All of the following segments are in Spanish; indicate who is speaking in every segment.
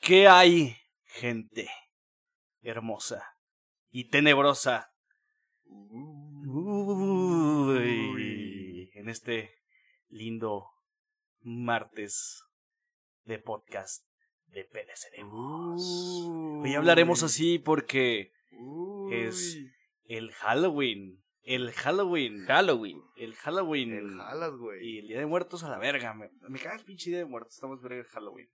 Speaker 1: ¿Qué hay, gente hermosa y tenebrosa? Uy, en este lindo martes de podcast de PDCD. Hoy hablaremos así porque es el Halloween. El Halloween.
Speaker 2: Halloween.
Speaker 1: El Halloween.
Speaker 3: El jalas, güey.
Speaker 1: y el Día de Muertos a la verga. Me, me caga el pinche Día de Muertos. Estamos verga el Halloween.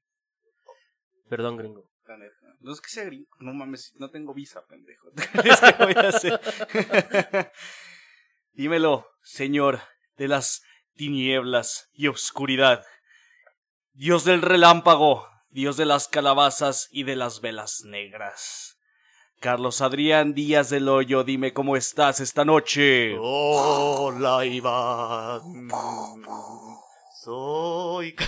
Speaker 2: Perdón, gringo.
Speaker 1: La neta. No es que sea gringo. No mames, no tengo visa, pendejo. es que voy a hacer. Dímelo, señor de las tinieblas y obscuridad. Dios del relámpago, Dios de las calabazas y de las velas negras. Carlos Adrián Díaz del Hoyo, dime cómo estás esta noche.
Speaker 3: Oh, Hola, Iván. Soy.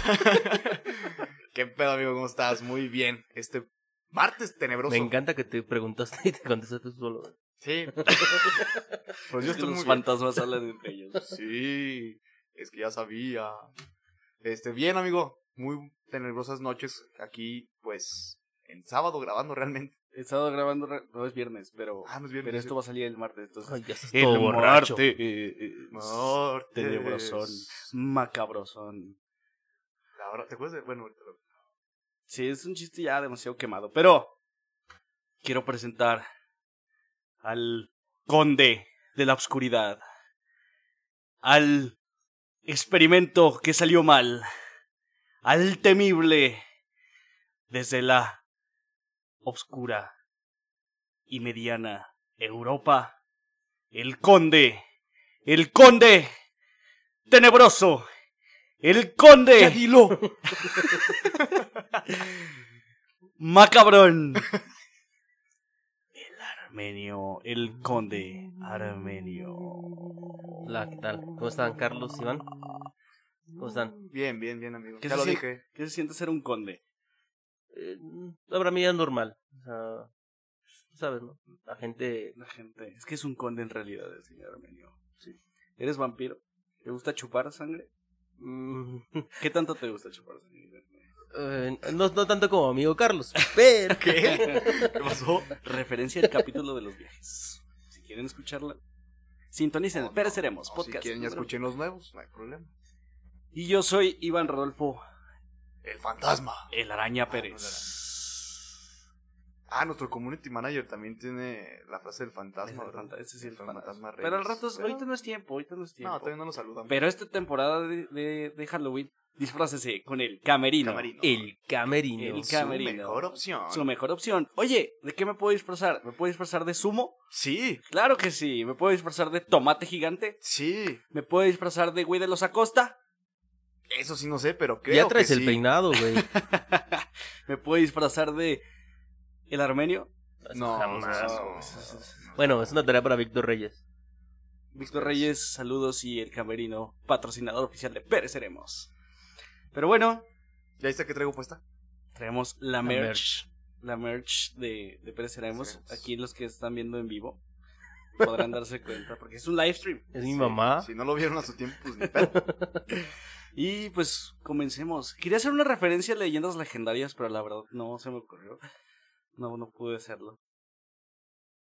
Speaker 3: ¿Qué pedo, amigo? ¿Cómo estás? Muy bien. Este martes tenebroso.
Speaker 2: Me encanta que te preguntaste y te contestaste solo.
Speaker 3: Sí. pues yo
Speaker 1: Es que
Speaker 3: estoy muy
Speaker 1: los
Speaker 3: bien.
Speaker 1: fantasmas hablan entre ellos.
Speaker 3: Sí. Es que ya sabía. Este, bien, amigo. Muy tenebrosas noches aquí, pues, en sábado grabando realmente.
Speaker 1: He estado grabando, re- no es viernes, pero,
Speaker 3: Ah, no es bien.
Speaker 1: pero esto va a salir el martes. Entonces,
Speaker 2: Ay, ya estás
Speaker 1: el
Speaker 2: todo borracho.
Speaker 1: martes
Speaker 3: eh,
Speaker 1: tenebrosón, macabrosón.
Speaker 3: Ahora, ¿te acuerdas de- Bueno, ahorita lo-
Speaker 1: Sí, es un chiste ya demasiado quemado, pero quiero presentar al conde de la oscuridad, al experimento que salió mal, al temible desde la oscura y mediana Europa, el conde, el conde tenebroso, el conde...
Speaker 2: Ya dilo.
Speaker 1: Macabrón. El armenio, el conde armenio.
Speaker 2: Hola, ¿qué tal? ¿Cómo están, Carlos, Iván? ¿Cómo están?
Speaker 3: Bien, bien, bien, amigo.
Speaker 1: ¿Qué
Speaker 3: Ya
Speaker 1: se
Speaker 3: lo
Speaker 1: sien-
Speaker 3: dije.
Speaker 1: ¿Qué se siente ser un conde?
Speaker 2: Eh, habrá mi vida normal. O sea, tú sabes, ¿no? La gente...
Speaker 1: La gente. Es que es un conde en realidad, el señor armenio. Sí. ¿Eres vampiro? ¿Te gusta chupar sangre?
Speaker 2: mm,
Speaker 1: ¿Qué tanto te gusta chupar sangre?
Speaker 2: eh, no, no tanto como amigo Carlos, pero...
Speaker 3: ¿Qué pasó?
Speaker 1: Referencia al capítulo de los viajes. Si quieren escucharla, sintonicen.
Speaker 3: No, no,
Speaker 1: Pereceremos,
Speaker 3: no,
Speaker 1: podcast.
Speaker 3: Si quieren, ya
Speaker 1: número-
Speaker 3: escuchen los nuevos, no hay problema.
Speaker 1: Y yo soy Iván Rodolfo,
Speaker 3: El fantasma.
Speaker 1: el araña
Speaker 3: no,
Speaker 1: Pérez.
Speaker 3: Ah, nuestro community manager también tiene la frase del fantasma,
Speaker 1: El
Speaker 3: ¿verdad?
Speaker 1: fanta- ese sí, Ah, el
Speaker 3: Fue
Speaker 1: fantasma.
Speaker 3: Reyes.
Speaker 1: Pero al rato, es-
Speaker 3: Pero-
Speaker 1: ahorita no es tiempo, ahorita no es tiempo.
Speaker 3: No, todavía no lo saludan.
Speaker 1: Pero esta temporada de, de- de Halloween, disfrácese con el camerino.
Speaker 3: Camerino.
Speaker 2: El camerino.
Speaker 1: El
Speaker 3: Su
Speaker 1: camerino.
Speaker 3: mejor opción.
Speaker 1: Su mejor opción. Oye, ¿de qué me puedo disfrazar? ¿Me puedo disfrazar de sumo?
Speaker 3: Sí,
Speaker 1: Claro que sí. ¿Me puedo disfrazar de tomate gigante?
Speaker 3: sí.
Speaker 1: ¿Me puedo disfrazar de güey de los Acosta?
Speaker 3: Eso sí no sé, pero creo
Speaker 2: Ya traes
Speaker 3: que
Speaker 2: el
Speaker 3: sí.
Speaker 2: peinado, güey.
Speaker 1: ¿Me puedo disfrazar de el armenio?
Speaker 3: No,
Speaker 2: Pues, Jamás,
Speaker 3: no,
Speaker 2: güey.
Speaker 3: no, no.
Speaker 2: Bueno, es una tarea para Víctor Reyes.
Speaker 1: Víctor Reyes, saludos y el camerino, patrocinador oficial de Pereceremos. Pero bueno,
Speaker 3: ¿Ya viste que traigo puesta?
Speaker 1: traemos la, merch.
Speaker 2: merch.
Speaker 1: la merch de, de Pérez Seremos.
Speaker 3: Seremos.
Speaker 1: Aquí los que están viendo en vivo podrán darse cuenta porque es un live stream.
Speaker 2: Es mi
Speaker 3: Sí,
Speaker 2: mamá.
Speaker 3: Si no lo vieron a su tiempo, pues ni pedo.
Speaker 1: Y pues comencemos. Quería hacer una referencia a leyendas legendarias, pero la verdad no se me ocurrió. No, no pude hacerlo.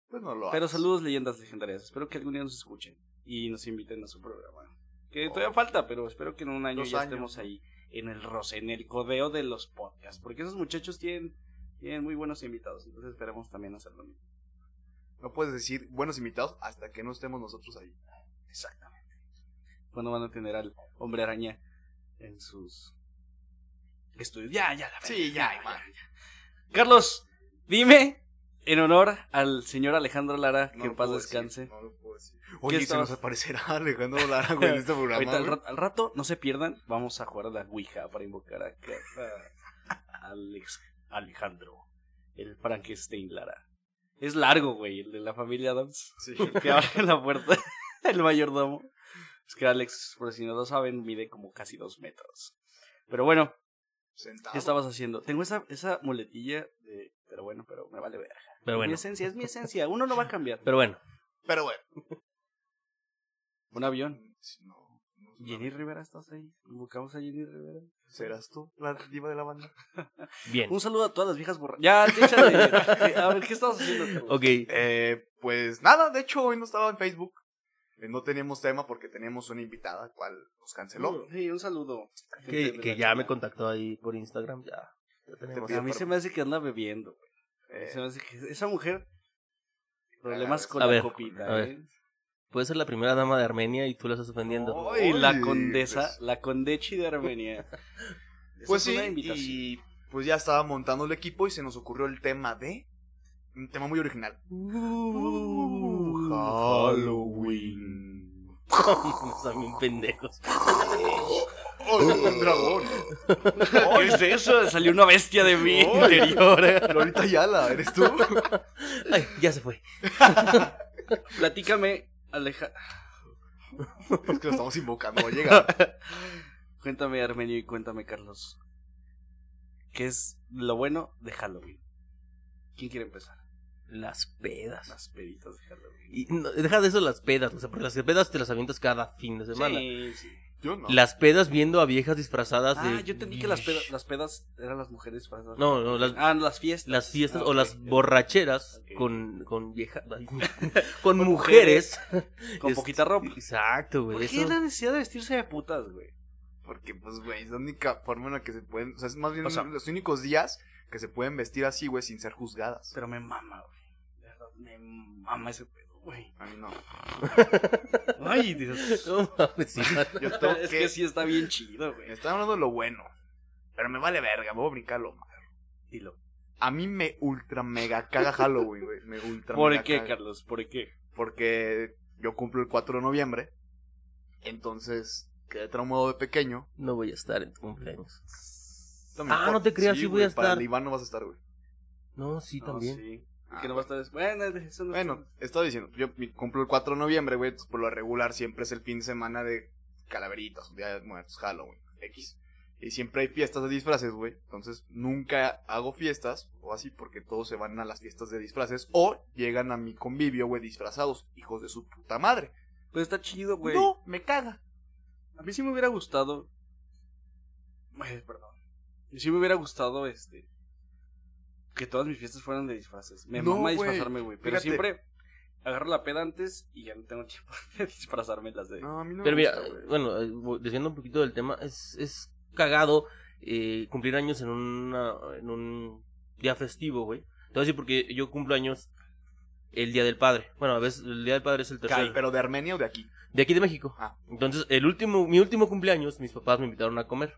Speaker 3: Pues no lo
Speaker 1: Pero
Speaker 3: hagas.
Speaker 1: saludos leyendas legendarias. Espero que algún día nos escuchen y nos inviten a su programa. Que todavía falta, pero espero que en un año
Speaker 3: Oh. Dos
Speaker 1: ya
Speaker 3: años,
Speaker 1: estemos
Speaker 3: ¿no?
Speaker 1: ahí en el roce, en el codeo de los podcasts. Porque esos muchachos tienen, tienen muy buenos invitados. Entonces esperemos también hacerlo mismo.
Speaker 3: No puedes decir buenos invitados hasta que no estemos nosotros ahí.
Speaker 1: Exactamente. Cuando van a tener al hombre araña en sus estudios. Ya, ya, la
Speaker 3: Sí, ya, Iván.
Speaker 1: ya. Carlos, dime, en honor al señor Alejandro Lara,
Speaker 3: No
Speaker 1: que en
Speaker 3: lo
Speaker 1: paz
Speaker 3: puedo
Speaker 1: descanse.
Speaker 3: decir, no lo puedo decir. Oye, se
Speaker 1: estabas-
Speaker 3: nos aparecerá Alejandro Lara, güey, en este programa.
Speaker 1: Ahorita al,
Speaker 3: güey.
Speaker 1: ra- al rato, no se pierdan, vamos a jugar a la Ouija para invocar a, a- a Alex, Alejandro, el Frankenstein Lara. Es largo, güey, el de la familia Adams.
Speaker 3: Sí.
Speaker 1: que abre la puerta el mayordomo. Es que Alex, por si no lo saben, mide como casi dos metros. Pero bueno,
Speaker 3: Sentado.
Speaker 1: ¿qué estabas haciendo? Tengo esa, esa muletilla de... Pero bueno, pero me vale ver.
Speaker 2: Pero
Speaker 1: Mi
Speaker 2: bueno.
Speaker 1: esencia, es mi esencia. Uno no va a cambiar.
Speaker 2: Pero bueno.
Speaker 3: Pero bueno. Mm,
Speaker 1: Un avión.
Speaker 3: Sí, no, no, no.
Speaker 1: Jenny Rivera, ¿estás ahí? ¿Invocamos a Jenny Rivera?
Speaker 3: ¿Serás tú la diva de la banda?
Speaker 2: Bien.
Speaker 1: Un saludo a todas las viejas borrachas. Ya, échale. A ver, ¿qué estabas haciendo? Carlos?
Speaker 2: Ok.
Speaker 3: Eh, pues nada, de hecho hoy no estaba en Facebook. Eh, No teníamos tema porque teníamos una invitada, cual nos canceló.
Speaker 1: Sí, un saludo. Este,
Speaker 2: Que, que ya me contactó ahí por Instagram. Ya. ya tenemos.
Speaker 1: A mí se me hace que anda bebiendo. güey.
Speaker 3: Eh,
Speaker 1: Se me hace que esa mujer. Problemas con
Speaker 2: A
Speaker 1: la
Speaker 2: ver,
Speaker 1: copita.
Speaker 2: a ver.
Speaker 1: ¿eh?
Speaker 2: Puede ser la primera dama de Armenia y tú la estás ofendiendo.
Speaker 1: Ay, la
Speaker 3: Oye,
Speaker 1: condesa,
Speaker 3: pues-
Speaker 1: la condechi de Armenia. Esa
Speaker 3: Pues
Speaker 1: es
Speaker 3: sí,
Speaker 1: una invitación.
Speaker 3: y pues ya estaba montando el equipo y se nos ocurrió el tema de... Un tema muy original.
Speaker 1: Oh,
Speaker 3: Halloween.
Speaker 2: Están bien pendejos.
Speaker 3: ¡Oh, un dragón!
Speaker 1: ¿Qué es eso? Salió una bestia de mi
Speaker 3: Ay.
Speaker 1: interior.
Speaker 3: Lolita Ayala, ¿eres tú?
Speaker 2: Ay, ya se fue.
Speaker 1: Platícame, Aleja.
Speaker 3: Es que lo estamos invocando, va a llegar.
Speaker 1: Cuéntame, Armenio, y cuéntame, Carlos. ¿Qué es lo bueno de Halloween? ¿Quién quiere empezar?
Speaker 2: Las pedas.
Speaker 1: Las peditas de Halloween.
Speaker 2: Y no, deja de eso las pedas. O sea, porque las pedas te las avientas cada fin de semana.
Speaker 1: Sí, sí.
Speaker 3: Yo no.
Speaker 2: Las pedas viendo a viejas disfrazadas de.
Speaker 1: Ah, yo entendí que las pedas, las pedas eran las mujeres. para-
Speaker 2: No, no, las,
Speaker 1: Ah, las fiestas.
Speaker 2: las fiestas
Speaker 1: Ah,
Speaker 2: o
Speaker 1: ok.
Speaker 2: las borracheras
Speaker 1: Ok.
Speaker 2: con, con viejas. con mujeres.
Speaker 1: Con
Speaker 2: Es-
Speaker 1: poquita ropa.
Speaker 2: Exacto, güey.
Speaker 1: ¿Por qué
Speaker 2: eso-
Speaker 1: la necesidad de vestirse de putas, güey?
Speaker 3: Porque, pues, güey, es la única forma en la que se pueden... O sea, es más bien
Speaker 1: O sea-
Speaker 3: los únicos días que se pueden vestir así, güey, sin ser juzgadas.
Speaker 1: Pero me mama, güey. De verdad, me mama ese pedo, güey.
Speaker 3: A mí no.
Speaker 1: Ay, Dios.
Speaker 2: No mames, sí,
Speaker 3: Yo tengo
Speaker 1: es
Speaker 3: que-
Speaker 1: que sí está bien chido,
Speaker 3: Me
Speaker 1: güey.
Speaker 3: están hablando de lo bueno. Pero me vale verga, voy a brincar lo malo.
Speaker 1: Dilo.
Speaker 3: A mí me ultra mega caga Halloween, güey. Me ultra
Speaker 1: ¿Por
Speaker 3: mega
Speaker 1: qué,
Speaker 3: caga.
Speaker 1: Carlos? ¿Por qué?
Speaker 3: Porque yo cumplo el 4 de noviembre. Entonces, quedé traumado de pequeño.
Speaker 2: no voy a estar en tu cumpleaños.
Speaker 3: No me
Speaker 2: Ah, no te creas, sí voy a
Speaker 3: güey, Para
Speaker 2: estar.
Speaker 3: el Iván no vas a estar, güey.
Speaker 2: No, sí, también.
Speaker 1: No, sí.
Speaker 3: Ah,
Speaker 1: que no va a estar... des- Bueno, eso no
Speaker 3: Bueno, estaba diciendo, yo mi- cumplo el 4 de noviembre, güey, entonces por lo regular siempre es el fin de semana de calaveritas, Día de Muertos, Halloween, X. Y siempre hay fiestas de disfraces, güey. Entonces nunca hago fiestas o así porque todos se van a las fiestas de disfraces o llegan a mi convivio, güey, disfrazados, hijos de su puta madre.
Speaker 1: Pues está chido, güey.
Speaker 3: No, me caga.
Speaker 1: A mí sí me hubiera gustado. Ay, perdón. Sí me hubiera gustado, este. Que todas mis fiestas fueran de disfraces. Me
Speaker 3: No,
Speaker 1: mama
Speaker 3: güey.
Speaker 1: disfrazarme, güey. Pero
Speaker 3: Fíjate.
Speaker 1: siempre agarro la peda antes y ya no tengo tiempo de disfrazarme las de.
Speaker 3: No, a mí no
Speaker 2: Pero
Speaker 3: me
Speaker 2: mira,
Speaker 3: gusta, güey.
Speaker 2: bueno, eh, vo- desviando un poquito del tema, es, es cagado eh, cumplir años en, una, en un día festivo, güey. Te voy a decir porque yo cumplo años el Día del Padre. Bueno, a veces el Día del Padre es el tercero.
Speaker 3: Cal, pero de Armenia o de aquí.
Speaker 2: De aquí de México.
Speaker 3: Ah.
Speaker 2: Entonces, el último, mi último cumpleaños, mis papás me invitaron a comer.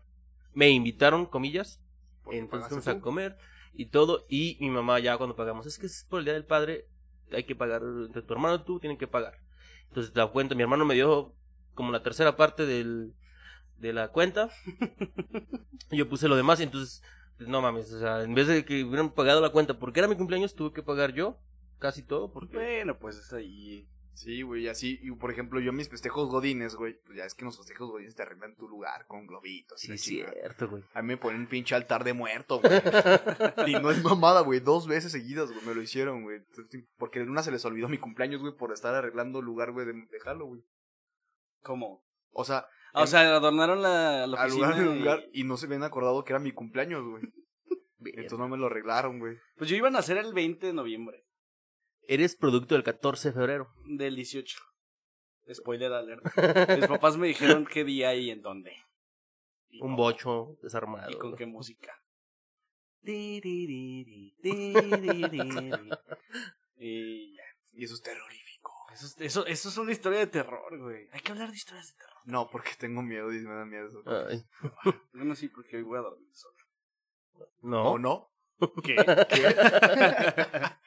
Speaker 2: Me invitaron, comillas,
Speaker 3: porque
Speaker 2: entonces
Speaker 3: pagaste
Speaker 2: fuimos a
Speaker 3: tú.
Speaker 2: comer y todo. Y mi mamá ya cuando pagamos, es que es por el Día del Padre, hay que pagar, entre tu hermano y tú tienen que pagar. Entonces la cuenta, mi hermano me dio como la tercera parte del, de la cuenta. Yo puse lo demás y entonces, no mames, o sea, en vez de que hubieran pagado la cuenta porque era mi cumpleaños, tuve que pagar yo casi todo porque...
Speaker 1: Bueno, pues es ahí.
Speaker 3: Sí, güey, y así, y por ejemplo, yo mis festejos godines, güey, pues ya es que en los festejos godines te arrendan tu lugar con globitos. y
Speaker 2: Sí,
Speaker 3: la
Speaker 2: es
Speaker 3: chingada.
Speaker 2: cierto, güey.
Speaker 3: A mí me ponen un pinche altar de muerto, güey. y no es mamada, güey. Dos veces seguidas, güey. Me lo hicieron, güey. Porque en una se les olvidó mi cumpleaños, güey, por estar arreglando lugar, güey, de, de Halloween.
Speaker 1: ¿Cómo?
Speaker 3: O sea,
Speaker 1: Ah, o sea, adornaron la, la
Speaker 3: al
Speaker 1: oficina.
Speaker 3: lugar del
Speaker 1: y-
Speaker 3: lugar y no se habían acordado que era mi cumpleaños, güey. Entonces no me lo arreglaron, güey.
Speaker 1: Pues yo iba a nacer el 20 de noviembre
Speaker 2: Eres producto del 14 de febrero.
Speaker 1: del 18. Spoiler alert. Mis papás me dijeron qué día y en dónde. Y
Speaker 2: Un
Speaker 1: no.
Speaker 2: bocho desarmado.
Speaker 1: ¿Y con qué música? Y ya.
Speaker 3: Y eso es terrorífico.
Speaker 1: Eso, es- eso, eso es una historia de terror, güey. Hay que hablar de historias de terror.
Speaker 3: No, porque tengo miedo y me da miedo eso.
Speaker 2: Ay,
Speaker 1: Bueno, sí, porque hoy voy a dormir solo.
Speaker 2: no.
Speaker 3: ¿O no?
Speaker 1: ¿Qué?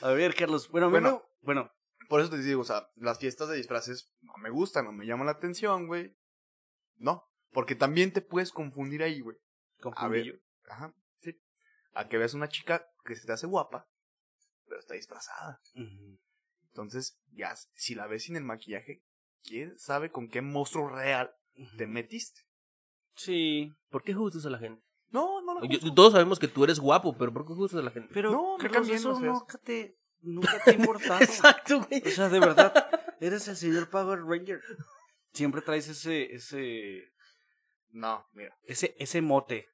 Speaker 1: A ver, Carlos. Bueno, a mí
Speaker 3: Bueno.
Speaker 1: no- bueno,
Speaker 3: Por eso te digo, o sea, las fiestas de disfraces no me gustan, no me llaman la atención, güey. No, porque también te puedes confundir ahí, güey. A
Speaker 1: confundí yo.
Speaker 3: ver, ajá, sí. A que veas una chica que se te hace guapa, pero está disfrazada.
Speaker 1: Ujú.
Speaker 3: Entonces, ya, si la ves sin el maquillaje, quién sabe con qué monstruo real te metiste.
Speaker 1: Sí.
Speaker 2: ¿Por qué juzgas a la gente?
Speaker 3: No, no lo
Speaker 2: Yo- todos sabemos que tú eres guapo, pero ¿por qué juzgas a la gente?
Speaker 1: Pero,
Speaker 3: No, me
Speaker 1: Carlos,
Speaker 3: cambié,
Speaker 1: eso
Speaker 3: no seas-
Speaker 1: nunca te, nunca te ha importado.
Speaker 2: Exacto, güey.
Speaker 1: O sea, de verdad, eres el señor Power Ranger. Siempre traes ese, ese
Speaker 3: No, mira.
Speaker 1: Ese, ese mote.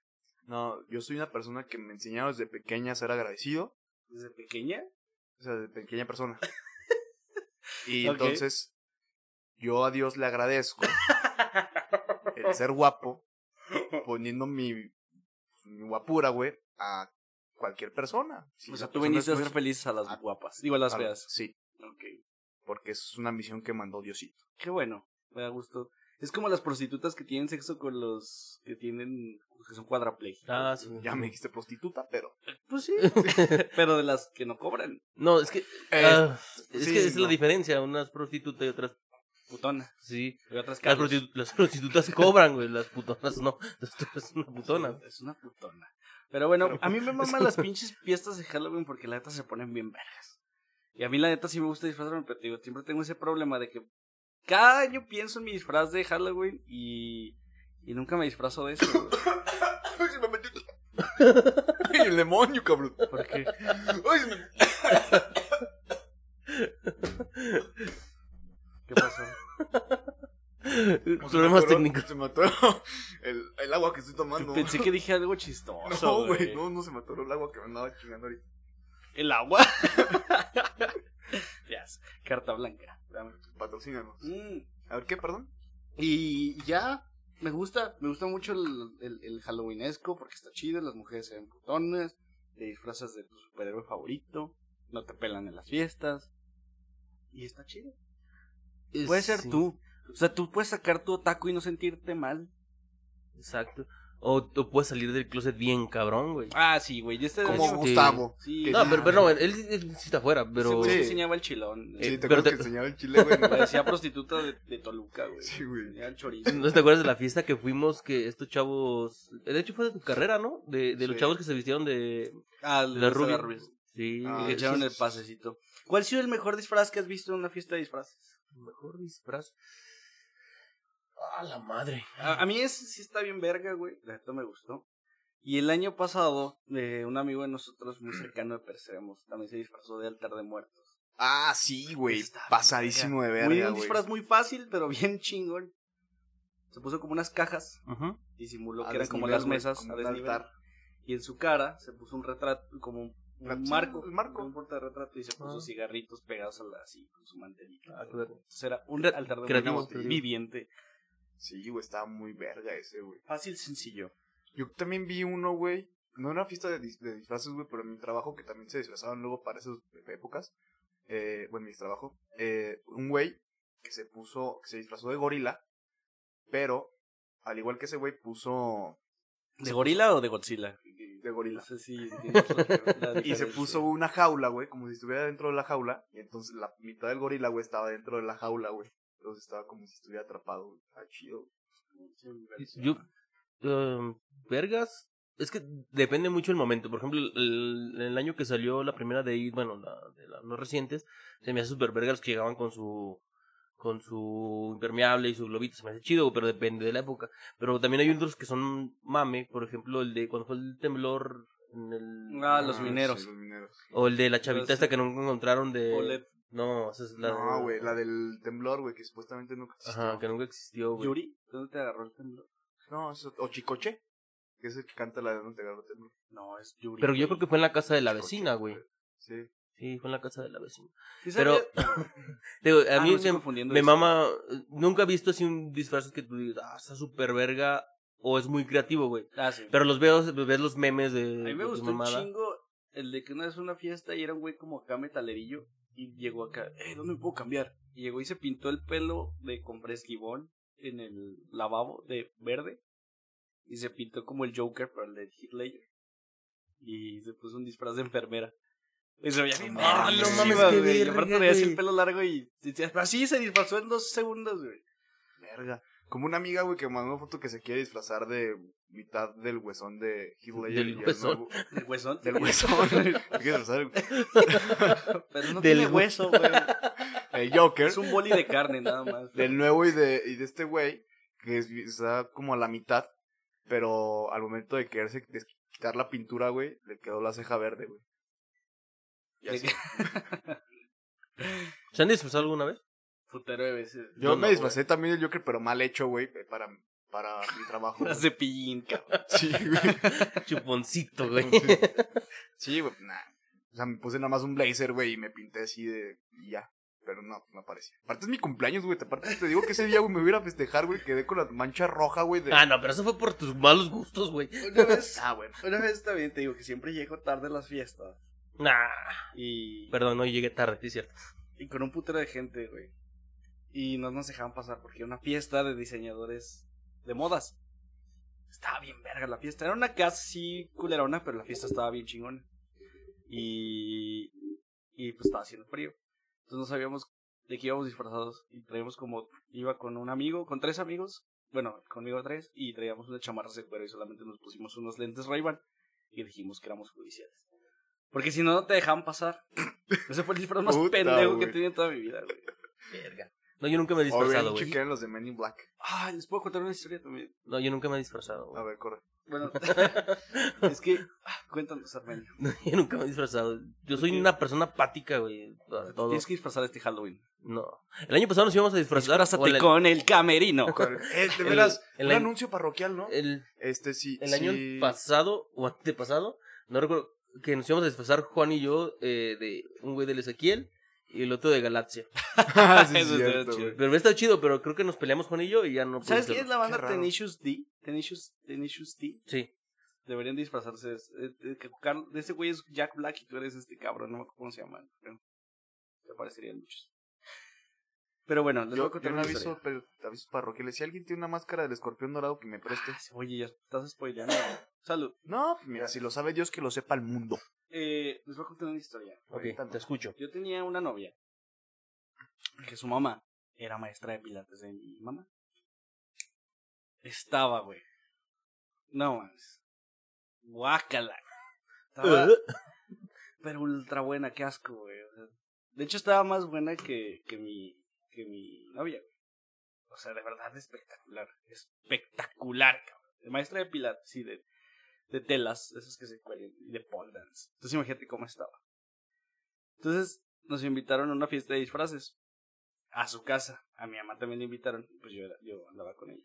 Speaker 3: No, yo soy una persona que me enseñaron desde pequeña a ser agradecido.
Speaker 1: ¿Desde pequeña?
Speaker 3: O sea, de pequeña persona. Y
Speaker 1: Ok.
Speaker 3: entonces, yo a Dios le agradezco el ser guapo, poniendo mi, mi guapura, güey, a cualquier persona. Si
Speaker 1: o sea,
Speaker 3: esa
Speaker 1: tú
Speaker 3: persona
Speaker 1: viniste a
Speaker 3: es
Speaker 1: ser
Speaker 3: muy-
Speaker 1: feliz a las
Speaker 3: Ah,
Speaker 1: guapas. Digo, a las
Speaker 3: a-
Speaker 1: feas.
Speaker 3: Sí,
Speaker 1: Ok.
Speaker 3: porque es una misión que mandó Diosito.
Speaker 1: Qué bueno. Me da gusto. Es como las prostitutas que tienen sexo con los que tienen. que son cuadraplégicos.
Speaker 2: Ah, sí.
Speaker 3: Ya me dijiste prostituta, pero...
Speaker 1: Pues sí. Pero de las que no cobran.
Speaker 2: No, es que,
Speaker 3: Eh,
Speaker 2: ah, es,
Speaker 3: sí,
Speaker 2: que es
Speaker 3: no.
Speaker 2: la diferencia. Unas prostitutas y otras.
Speaker 1: Putona.
Speaker 2: Sí.
Speaker 1: Y otras
Speaker 2: Las,
Speaker 1: caros.
Speaker 2: prostitu- las prostitutas cobran, güey. Las putonas no. Las tú eres una putona.
Speaker 1: Es una putona. Pero bueno,
Speaker 3: Pero-
Speaker 1: a mí me maman las pinches fiestas de Halloween porque la neta se ponen bien vergas. Y a mí la neta sí me gusta disfrazarme, pero te digo, siempre tengo ese problema de que cada año pienso en mi disfraz de Halloween y, y nunca me disfrazo de eso. güey.
Speaker 3: Ay, se me metió... Ay, el demonio, cabrón.
Speaker 1: Porque
Speaker 3: Ay, se me...
Speaker 1: ¿Qué pasó?
Speaker 3: se me
Speaker 2: Problemas
Speaker 3: atoró-
Speaker 2: técnicos.
Speaker 3: Se me atoró el, el agua que estoy tomando.
Speaker 1: Pensé que dije algo chistoso.
Speaker 3: No, güey, no, no se me atoró el agua que me andaba chingando ahorita.
Speaker 1: El agua. Ya, yes. Carta blanca. Dame.
Speaker 3: Patrocínanos.
Speaker 1: Mm.
Speaker 3: A ver, ¿qué, perdón?
Speaker 1: Y ya, me gusta, me gusta mucho el, el, el halloweenesco porque está chido, las mujeres se ven putonas, te disfrazas de tu superhéroe favorito, no te pelan en las fiestas. Y está chido. Puede ser
Speaker 2: Sí.
Speaker 1: tú. O sea, tú puedes sacar tu otaku y no sentirte mal.
Speaker 2: Exacto. O, o puedes salir del closet bien cabrón, güey.
Speaker 1: Ah, sí, güey. Yo este
Speaker 3: Como
Speaker 2: Este-
Speaker 3: Gustavo.
Speaker 1: Sí,
Speaker 3: que-
Speaker 2: No, pero, pero no, él, él sí está afuera,
Speaker 1: Ese
Speaker 2: pero...
Speaker 1: güey
Speaker 3: Sí.
Speaker 1: se enseñaba el chilón.
Speaker 2: Eh,
Speaker 3: Sí, te
Speaker 2: pero
Speaker 3: acuerdas
Speaker 2: te-
Speaker 3: que enseñaba el chile, güey.
Speaker 1: Parecía prostituta de, de Toluca, güey.
Speaker 3: Sí, güey.
Speaker 1: Tenía el chorizo.
Speaker 2: ¿No te acuerdas de la fiesta que fuimos que estos chavos... De hecho fue de tu carrera, ¿no? De, de los
Speaker 3: Sí.
Speaker 2: chavos que se vistieron de...
Speaker 1: Ah,
Speaker 2: de
Speaker 1: el
Speaker 2: la
Speaker 1: de
Speaker 2: rubia.
Speaker 1: Sara Ruiz.
Speaker 2: Sí.
Speaker 3: Ah,
Speaker 1: Y
Speaker 2: el
Speaker 1: le echaron
Speaker 3: sí,
Speaker 1: el
Speaker 3: sí.
Speaker 1: pasecito. ¿Cuál ha sido el mejor disfraz que has visto en una fiesta de disfraces?
Speaker 2: Mejor disfraz. Ah, la madre.
Speaker 1: A, a mí ese sí está bien verga, güey. La neta me gustó. Y el año pasado, eh, un amigo de nosotros muy cercano de Perseamos también se disfrazó de altar de muertos.
Speaker 3: Ah, sí, güey.
Speaker 1: Está bien
Speaker 3: Pasadísimo de
Speaker 1: muy,
Speaker 3: verga,
Speaker 1: un
Speaker 3: güey.
Speaker 1: disfraz muy fácil, pero bien chingón. Se puso como unas cajas
Speaker 2: Ujú.
Speaker 1: y simuló
Speaker 3: A
Speaker 1: que eran como
Speaker 3: desnivel,
Speaker 1: las
Speaker 3: güey,
Speaker 1: mesas
Speaker 3: como
Speaker 1: a
Speaker 3: un
Speaker 1: desnivel.
Speaker 3: altar.
Speaker 1: Y en su cara se puso un retrato, como un, un
Speaker 3: Retrato,
Speaker 1: marco,
Speaker 3: el marco.
Speaker 1: de un portarretrato y se puso
Speaker 2: Ah.
Speaker 1: cigarritos pegados a la, así con su mantelita.
Speaker 2: Ah, qué verga.
Speaker 1: Entonces era un
Speaker 2: Cre-
Speaker 1: altar de
Speaker 2: creativo,
Speaker 1: muertos
Speaker 2: creativo.
Speaker 1: viviente.
Speaker 3: Sí, güey, estaba muy verga ese, güey.
Speaker 1: Fácil, sencillo.
Speaker 3: Yo también vi uno, güey. No era fiesta de, dis- de disfraces, güey, pero en mi trabajo, que también se disfrazaban luego para esas épocas. Eh, bueno, en mi trabajo. eh, un güey que se puso, que se disfrazó de gorila, pero al igual que ese güey puso eh,
Speaker 1: ¿De gorila o de Godzilla?
Speaker 3: de gorila.
Speaker 1: No sé si entiendes lo que- la
Speaker 3: Y se
Speaker 1: diferencia.
Speaker 3: puso una jaula, güey, como si estuviera dentro de la jaula. Y entonces la mitad del gorila, güey, estaba dentro de la jaula, güey. Entonces estaba como si estuviera atrapado, güey. Ah, chido. güey.
Speaker 2: Yo... em, vergas. Es que depende mucho el momento. Por ejemplo, el, el año que salió la primera de It, bueno, la, de las no recientes, se me hace super vergas los que llegaban con su con su impermeable y su globito, se me hace chido, pero depende de la época. Pero también hay otros que son mame, por ejemplo, el de cuando fue el temblor en el
Speaker 1: Ah, los mineros.
Speaker 3: sí, los mineros.
Speaker 2: o el de la chavita
Speaker 1: Pero
Speaker 2: esta
Speaker 1: sí.
Speaker 2: que nunca encontraron de
Speaker 1: Olet.
Speaker 2: No, esa es la
Speaker 3: No, güey, la del temblor, güey, que supuestamente nunca existió.
Speaker 2: Ajá, que nunca existió, güey.
Speaker 1: Yuri, ¿dónde te agarró el temblor?
Speaker 3: No, eso- o Chicoche, que es el que canta la de No te agarro temblor.
Speaker 1: No, es Yuri.
Speaker 2: Pero yo creo que fue en la casa de la
Speaker 3: Chicoche,
Speaker 2: vecina, güey.
Speaker 3: Sí.
Speaker 2: Sí, fue en la casa de la vecina.
Speaker 1: Sí
Speaker 2: Pero
Speaker 1: sabía-
Speaker 2: Digo,
Speaker 1: Ah,
Speaker 2: a mí
Speaker 1: no, estoy
Speaker 2: me-
Speaker 1: confundiendo
Speaker 2: Me
Speaker 1: eso.
Speaker 2: mama. eh, Nunca he visto así un disfraz que tú digas, ah, está súper verga. O es muy creativo, güey.
Speaker 1: Ah, sí.
Speaker 2: Pero los veo, ves los memes de.
Speaker 1: a mí
Speaker 2: de
Speaker 1: me
Speaker 2: tu
Speaker 1: gustó un
Speaker 2: mamada.
Speaker 1: chingo el de que una vez fue a una fiesta y era un güey como acá metalerillo y llegó acá, eh, ¿dónde me puedo cambiar? Y llegó y se pintó el pelo de con fresquibón en el lavabo de verde y se pintó como el Joker para el de Hitler y se puso un disfraz de enfermera. Y se veía bien
Speaker 3: Ah,
Speaker 1: verga,
Speaker 3: no mames,
Speaker 1: güey,
Speaker 2: qué
Speaker 1: güey. Y
Speaker 2: verga,
Speaker 1: aparte traía así el
Speaker 2: güey.
Speaker 1: pelo largo y decías, así se disfrazó en dos segundos, güey.
Speaker 3: Verga. Como una amiga, güey, que mandó una foto que se quiere disfrazar de mitad del huesón de Heath Ledger
Speaker 2: Del
Speaker 3: y el
Speaker 2: huesón.
Speaker 3: nuevo-
Speaker 1: Del huesón.
Speaker 3: Del huesón. Hay que disfrazar el-
Speaker 1: Pero no
Speaker 2: Del
Speaker 1: tiene
Speaker 2: hue-
Speaker 1: hueso, güey.
Speaker 3: el Joker.
Speaker 1: Es un boli de carne nada más.
Speaker 3: del nuevo y de, y de este güey, que es- está como a la mitad, pero al momento de quererse des- quitar la pintura, güey, le quedó la ceja verde, güey. Y así.
Speaker 2: ¿Se han disfrazado alguna vez?
Speaker 1: Putero de veces.
Speaker 3: Yo
Speaker 2: Yo
Speaker 3: me
Speaker 2: no,
Speaker 3: disfrazé también del Joker, pero mal hecho, güey, eh, para para mi trabajo.
Speaker 1: Las
Speaker 3: güey.
Speaker 1: de pillín, cabrón.
Speaker 3: Sí, güey.
Speaker 2: Chuponcito, güey.
Speaker 3: Sí, güey. Nah. O sea, me puse nada más un blazer, güey, y me pinté así de. Y ya. Pero no, no aparecía. Aparte es mi cumpleaños, güey. te- Aparte te digo que ese día, güey, me voy a ir a festejar, güey. Quedé con la mancha roja, güey. De...
Speaker 2: Ah, no, pero eso fue por tus malos gustos, güey.
Speaker 1: Una vez,
Speaker 3: Ah, bueno.
Speaker 1: una vez también te digo que siempre llego tarde a las fiestas.
Speaker 2: Nah.
Speaker 1: Y,
Speaker 2: Perdón, no llegué tarde, sí es cierto.
Speaker 1: y con un putero de gente, güey. Y no nos dejaban pasar porque era una fiesta de diseñadores de modas. Estaba bien verga la fiesta. Era una casa sí culerona, pero la fiesta estaba bien chingona. Y, y pues estaba haciendo frío. Entonces no sabíamos de qué íbamos disfrazados. Y traíamos como, iba con un amigo, con tres amigos. Bueno, conmigo tres. Y traíamos unas chamarras de cuero y solamente nos pusimos unos lentes ray Y dijimos que éramos judiciales. Porque si no, no te dejaban pasar. Ese fue el disfraz más
Speaker 3: Puta,
Speaker 1: pendejo que
Speaker 3: güey.
Speaker 1: he tenido en toda mi vida, güey.
Speaker 2: Verga. No, yo nunca
Speaker 1: Oh,
Speaker 2: me he
Speaker 3: O bien
Speaker 2: disfrazado, güey.
Speaker 3: chequean los de Men in Black.
Speaker 1: Ah, les puedo contar una historia también.
Speaker 2: No, yo nunca me he disfrazado,
Speaker 3: A
Speaker 2: güey.
Speaker 3: ver, corre.
Speaker 1: Bueno, es que. ah, cuéntanos, Armenio.
Speaker 2: No, yo nunca me he disfrazado. Yo soy
Speaker 1: Ok.
Speaker 2: una persona apática, güey. a Todo.
Speaker 1: Tienes que disfrazar este Halloween.
Speaker 2: No. El año pasado nos íbamos a disfrazar hasta
Speaker 1: Disfrázate con el camerino.
Speaker 3: Eh, de
Speaker 2: El-
Speaker 3: veras,
Speaker 2: el
Speaker 3: un
Speaker 2: año-
Speaker 3: anuncio parroquial, ¿no?
Speaker 2: El,
Speaker 3: Este sí.
Speaker 2: el
Speaker 3: sí.
Speaker 2: año pasado o antepasado, no recuerdo, que nos íbamos a disfrazar Juan y yo eh, de un güey del Ezequiel y el otro de Galaxia.
Speaker 3: Ah, sí, es
Speaker 1: Eso está
Speaker 3: cierto,
Speaker 1: chido.
Speaker 3: güey.
Speaker 2: Pero está chido, pero creo que nos peleamos Juan y yo y ya no
Speaker 1: ¿Sabes
Speaker 2: pudimos
Speaker 1: quién es la banda
Speaker 3: Qué raro.
Speaker 1: Tenacious D? Tenacious, Tenacious D.
Speaker 2: hacerlo. Sí.
Speaker 1: Deberían disfrazarse. Es- eh, eh, que Carl- Ese güey es Jack Black y tú eres este cabrón. No me acuerdo cómo se llama. Pero te parecerían muchos. Pero bueno, les voy a
Speaker 3: Yo, yo
Speaker 1: contar
Speaker 3: no
Speaker 1: una
Speaker 3: aviso,
Speaker 1: historia.
Speaker 3: pero avisos parroquiales. Si alguien tiene una máscara del escorpión dorado que me preste.
Speaker 1: Ah, sí, Oye, ya estás spoileando. Salud.
Speaker 3: No, pues mira, si lo sabe Dios, que lo sepa el mundo.
Speaker 1: Eh, les voy a contar una historia.
Speaker 2: Ok,
Speaker 3: Cuéntanos.
Speaker 2: te escucho.
Speaker 1: Yo tenía una novia que su mamá era maestra de pilates de mi mamá. Estaba, güey. No mames. Guácala. Estaba,
Speaker 2: Ah,
Speaker 1: pero ultra buena, qué asco, güey. o sea, de hecho, estaba más buena que, que, mi, que mi novia, güey. O sea, de verdad, espectacular. Espectacular, cabrón. De maestra de pilates y de, de telas, esas que se cuelgan, y de pole dance. Entonces, imagínate cómo estaba. Entonces, nos invitaron a una fiesta de disfraces. A su casa. A mi mamá también le invitaron. Pues yo, era- yo andaba con ella.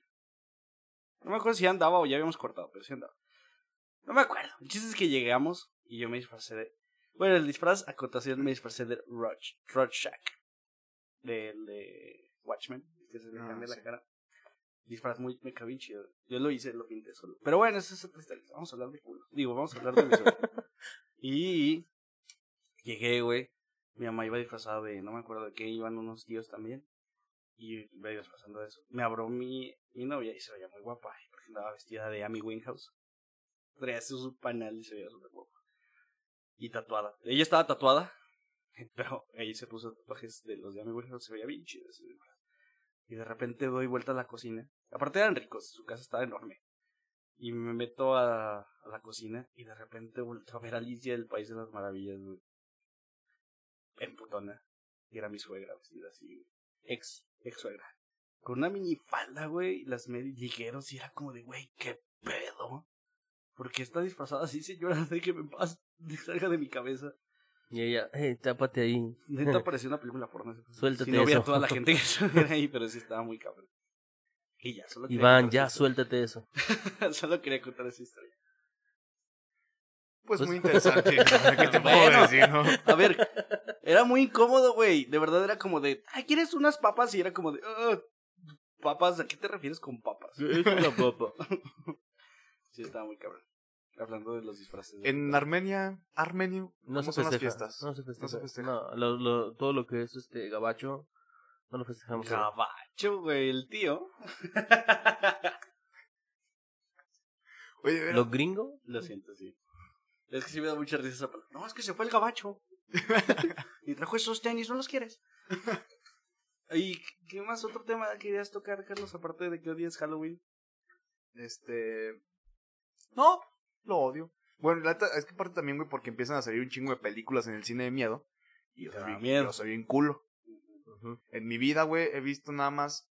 Speaker 1: No me acuerdo si andaba o ya habíamos cortado, pero sí andaba. No me acuerdo. El chiste es que llegamos y yo me disfracé de. Bueno, el disfraz, a cotación, me disfracé de Roach. Rorschach. Del de Watchmen. Que se le
Speaker 3: Ah,
Speaker 1: cambia
Speaker 3: sí.
Speaker 1: la cara. Disfraz muy me cae bien chido. Yo lo hice, lo pinté solo. Pero bueno, eso es otra historia. Vamos a hablar de culo. Digo, vamos a hablar de mi suerte. Y. Llegué, güey. Mi mamá iba disfrazada de, no me acuerdo de qué, iban unos tíos también. Y me iba disfrazando de eso. Me abrió mi, mi novia y se veía muy guapa. y Porque andaba vestida de Amy Winehouse. Traía su su panal y se veía súper guapa. Y tatuada. Ella estaba tatuada. Pero ella se puso tatuajes de los de Amy Winehouse. Se veía bien chido. ese disfraz. Y de repente doy vuelta a la cocina. Aparte eran ricos. Su casa estaba enorme. Y me meto a, a la cocina. Y de repente vuelto a ver a Alicia del País de las Maravillas, güey en putona. Y era mi suegra vestida así,
Speaker 2: Ex.
Speaker 1: ex suegra. Con una minifalda, güey, las medias ligeros y era como de, güey, qué pedo. Porque está disfrazada así, señora, de que me pase, de salga de mi cabeza.
Speaker 2: Y ella, eh, tápate ahí.
Speaker 1: Neta parecía una película porno.
Speaker 2: Suéltate
Speaker 1: Si no vi a
Speaker 2: eso.
Speaker 1: toda la gente que estuviera ahí, pero sí estaba muy cabrón. Y ya, solo quería
Speaker 2: Iván,
Speaker 1: contar
Speaker 2: ya,
Speaker 1: esa
Speaker 2: suéltate eso.
Speaker 1: historia. Solo quería contar esa historia.
Speaker 3: Pues
Speaker 2: Pues-
Speaker 3: muy interesante. ¿Qué te
Speaker 1: Bueno.
Speaker 3: puedo decir, no?
Speaker 1: A ver, era muy incómodo, güey. De verdad era como de, ay, ¿quieres unas papas? Y era como de, "Ah, papas, ¿a qué te refieres con papas?
Speaker 2: Es una papa.
Speaker 1: Sí, estaba muy cabrón. Hablando de los disfraces. de-
Speaker 3: En Armenia, Armenio,
Speaker 2: No
Speaker 3: ¿cómo
Speaker 2: se
Speaker 3: son las
Speaker 2: festeja.
Speaker 3: fiestas?
Speaker 2: No se festeja.
Speaker 3: No se festeja.
Speaker 2: No, lo- lo- todo lo que es este gabacho, no lo festejamos.
Speaker 1: Gabacho, güey, el tío.
Speaker 3: Oye, de veras,
Speaker 2: ¿Los gringos?
Speaker 1: Lo siento, sí. Es que sí me da mucha risa esa palabra. No, es que se fue el gabacho. y trajo esos tenis, ¿no los quieres? ¿Y qué más otro tema querías tocar, Carlos, aparte de que odias Halloween?
Speaker 3: este... No, lo odio. Bueno, la neta, es que parte también, güey, porque empiezan a salir un chingo de películas en el cine de miedo. Y yo
Speaker 2: Ah,
Speaker 1: Te
Speaker 3: soy
Speaker 1: da
Speaker 3: bien-
Speaker 1: miedo.
Speaker 3: yo soy bien culo.
Speaker 2: Ujú.
Speaker 3: En mi vida, güey, he visto nada más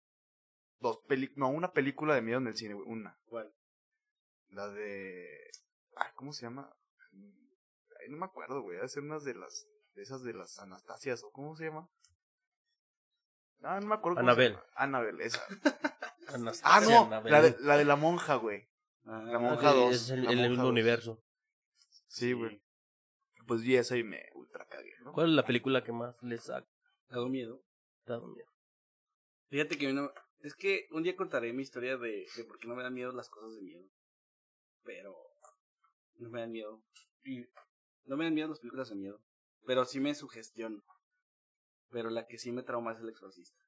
Speaker 3: dos películas, no, una película de miedo en el cine, güey, una.
Speaker 1: ¿Cuál?
Speaker 3: La de... Ay, ¿cómo se llama? Ay, no me acuerdo, güey, debe ser unas de las... De esas de las Anastasias, ¿o cómo se llama? Ah, no me acuerdo. cómo se
Speaker 2: Anabel.
Speaker 3: llama. Anabel, esa. Ah,
Speaker 2: Anastasia
Speaker 3: no,
Speaker 2: Anabel.
Speaker 3: la de, la de la monja, güey. La
Speaker 2: Ah,
Speaker 3: monja
Speaker 2: sí,
Speaker 3: 2.
Speaker 2: Es el,
Speaker 3: la
Speaker 2: el
Speaker 3: monja
Speaker 2: mismo
Speaker 3: 2.
Speaker 2: universo.
Speaker 3: Sí, güey. Pues vi esa y me ultra cagué, ¿no?
Speaker 2: ¿Cuál es la película que más les ha
Speaker 1: Hago miedo.
Speaker 2: dado miedo?
Speaker 1: Fíjate que no- es que un día contaré mi historia de, de por qué no me dan miedo las cosas de miedo. Pero no me dan miedo. Y no me dan miedo las películas de miedo. Pero sí me sugestiono. Pero la que sí me trauma es el exorcista.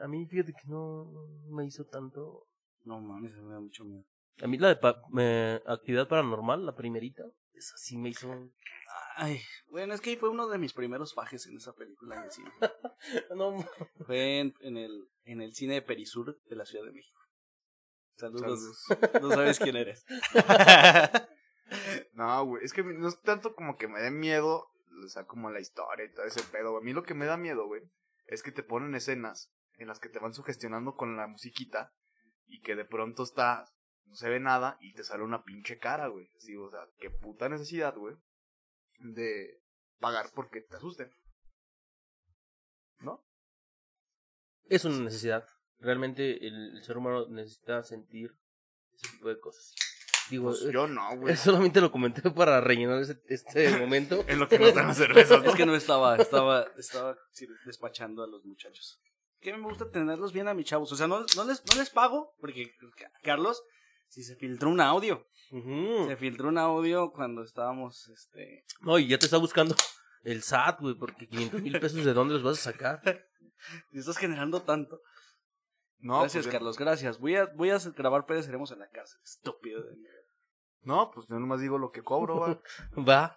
Speaker 2: A mí, fíjate que no me hizo tanto.
Speaker 1: No mames, me da mucho miedo.
Speaker 2: A mí la de pa- eh, actividad paranormal, la primerita, esa sí me hizo.
Speaker 1: Ay, bueno, es que fue uno de mis primeros fajes en esa película en el cine.
Speaker 2: No, ma-
Speaker 1: Fue en, en el, en el cine de Perisur de la Ciudad de México. Saludos.
Speaker 3: Saludos.
Speaker 1: No sabes quién eres.
Speaker 3: No, güey, es que no es tanto como que me dé miedo, o sea, como la historia y todo ese pedo, güey. A mí lo que me da miedo, güey, es que te ponen escenas en las que te van sugestionando con la musiquita y que de pronto está, no se ve nada y te sale una pinche cara, güey. Sí, o sea, qué puta necesidad, güey, de pagar porque te asusten.
Speaker 2: Es una necesidad. Realmente el, el ser humano necesita sentir ese tipo de cosas. Digo,
Speaker 3: Pues
Speaker 2: eh,
Speaker 3: yo no,
Speaker 2: eh,
Speaker 3: güey.
Speaker 2: solamente lo comenté para rellenar ese- este momento.
Speaker 3: En lo que nos dan las cervezas, ¿no?
Speaker 1: Es que no estaba, estaba, estaba sí, despachando a los muchachos. Que me gusta tenerlos bien a mis chavos. O sea, no, no, les, no les pago, porque Ca- Carlos, si se filtró un audio.
Speaker 2: Ujú.
Speaker 1: Se filtró un audio cuando estábamos, este.
Speaker 2: No, y ya te está buscando el SAT, güey, porque 500 mil pesos de dónde los vas a sacar.
Speaker 1: si estás generando tanto.
Speaker 3: No,
Speaker 1: gracias,
Speaker 3: pues, yo-
Speaker 1: Carlos, gracias. Voy a, voy a grabar Pereceremos en la cárcel. Estúpido de mí.
Speaker 3: No, pues yo nomás digo lo que cobro,
Speaker 2: Va.
Speaker 3: va.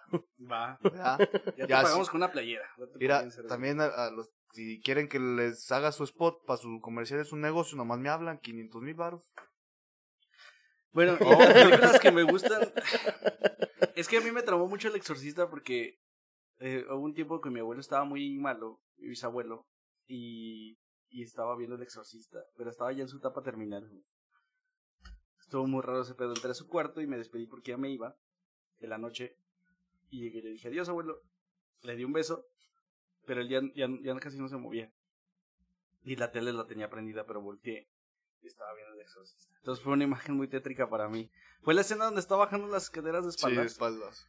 Speaker 1: Va.
Speaker 3: Ya.
Speaker 1: Ya te
Speaker 3: Ya,
Speaker 1: pagamos
Speaker 3: sí.
Speaker 1: con una playera. No te
Speaker 3: Mira,
Speaker 1: pueden hacer-
Speaker 3: también a, a los si quieren que les haga su spot para su comercial es un negocio, nomás me hablan 500 mil baros.
Speaker 1: Bueno,
Speaker 3: Oh.
Speaker 1: películas que me gustan. Es que a mí me traumó mucho El Exorcista porque eh, hubo un tiempo que mi abuelo estaba muy malo, mi bisabuelo, y, y estaba viendo El Exorcista, pero estaba ya en su etapa terminal. güey. Estuvo muy raro ese pedo. Entré a su cuarto y me despedí porque ya me iba de la noche. Y llegué y le dije adiós, abuelo. Le di un beso, pero él ya, ya, ya casi no se movía. Y la tele la tenía prendida, pero volteé y estaba viendo el exorcista. Entonces fue una imagen muy tétrica para mí. Fue la escena donde está bajando las escaleras de espaldas.
Speaker 3: espaldas.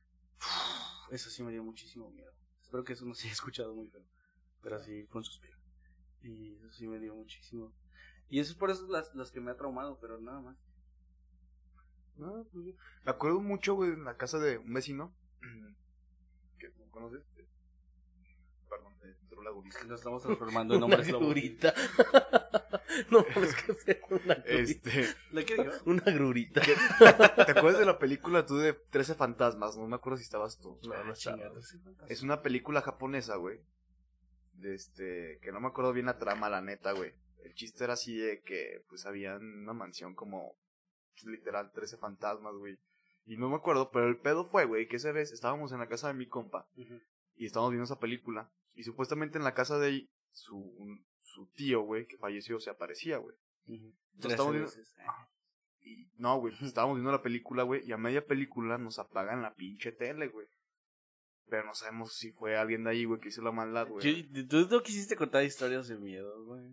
Speaker 1: Eso sí me dio muchísimo miedo. Espero que eso no se haya escuchado muy feo. Pero sí, fue un suspiro. Y eso sí me dio muchísimo. Y eso es por eso las, las que me ha traumado, pero nada más.
Speaker 3: No, pues, yo- me acuerdo mucho, güey, en la casa de un vecino que no conoces. eh, Perdón, me entró la gurisa.
Speaker 1: Nos estamos transformando en hombres
Speaker 2: una
Speaker 1: lobo.
Speaker 2: grurita. no, es que es una grurita.
Speaker 3: Este,
Speaker 1: ¿La que digo?
Speaker 2: Una grurita.
Speaker 3: ¿te acuerdas de la película tú de 13 fantasmas? No me acuerdo si estabas tú.
Speaker 2: No, no está.
Speaker 1: Chingado, ese fantasma.
Speaker 3: Es una película japonesa, güey. De este, que no me acuerdo bien la trama, la neta, güey. El chiste era así de que, pues, había en una mansión como, pues, literal, 13 fantasmas, güey. Y no me acuerdo, pero el pedo fue, güey, que esa vez estábamos en la casa de mi compa
Speaker 1: Ujú.
Speaker 3: y estábamos viendo esa película. Y supuestamente en la casa de ahí, su, un- su tío, güey, que falleció, se aparecía, güey.
Speaker 1: Ujú.
Speaker 3: Entonces,
Speaker 1: Trece
Speaker 3: estamos viendo-
Speaker 1: veces. Ah,
Speaker 3: Y no, güey, pues, estábamos viendo la película, güey, y a media película nos apagan la pinche tele, güey. Pero no sabemos si fue alguien de ahí, güey, que hizo la maldad, güey.
Speaker 1: Yo- Tú no quisiste contar historias de miedo, güey.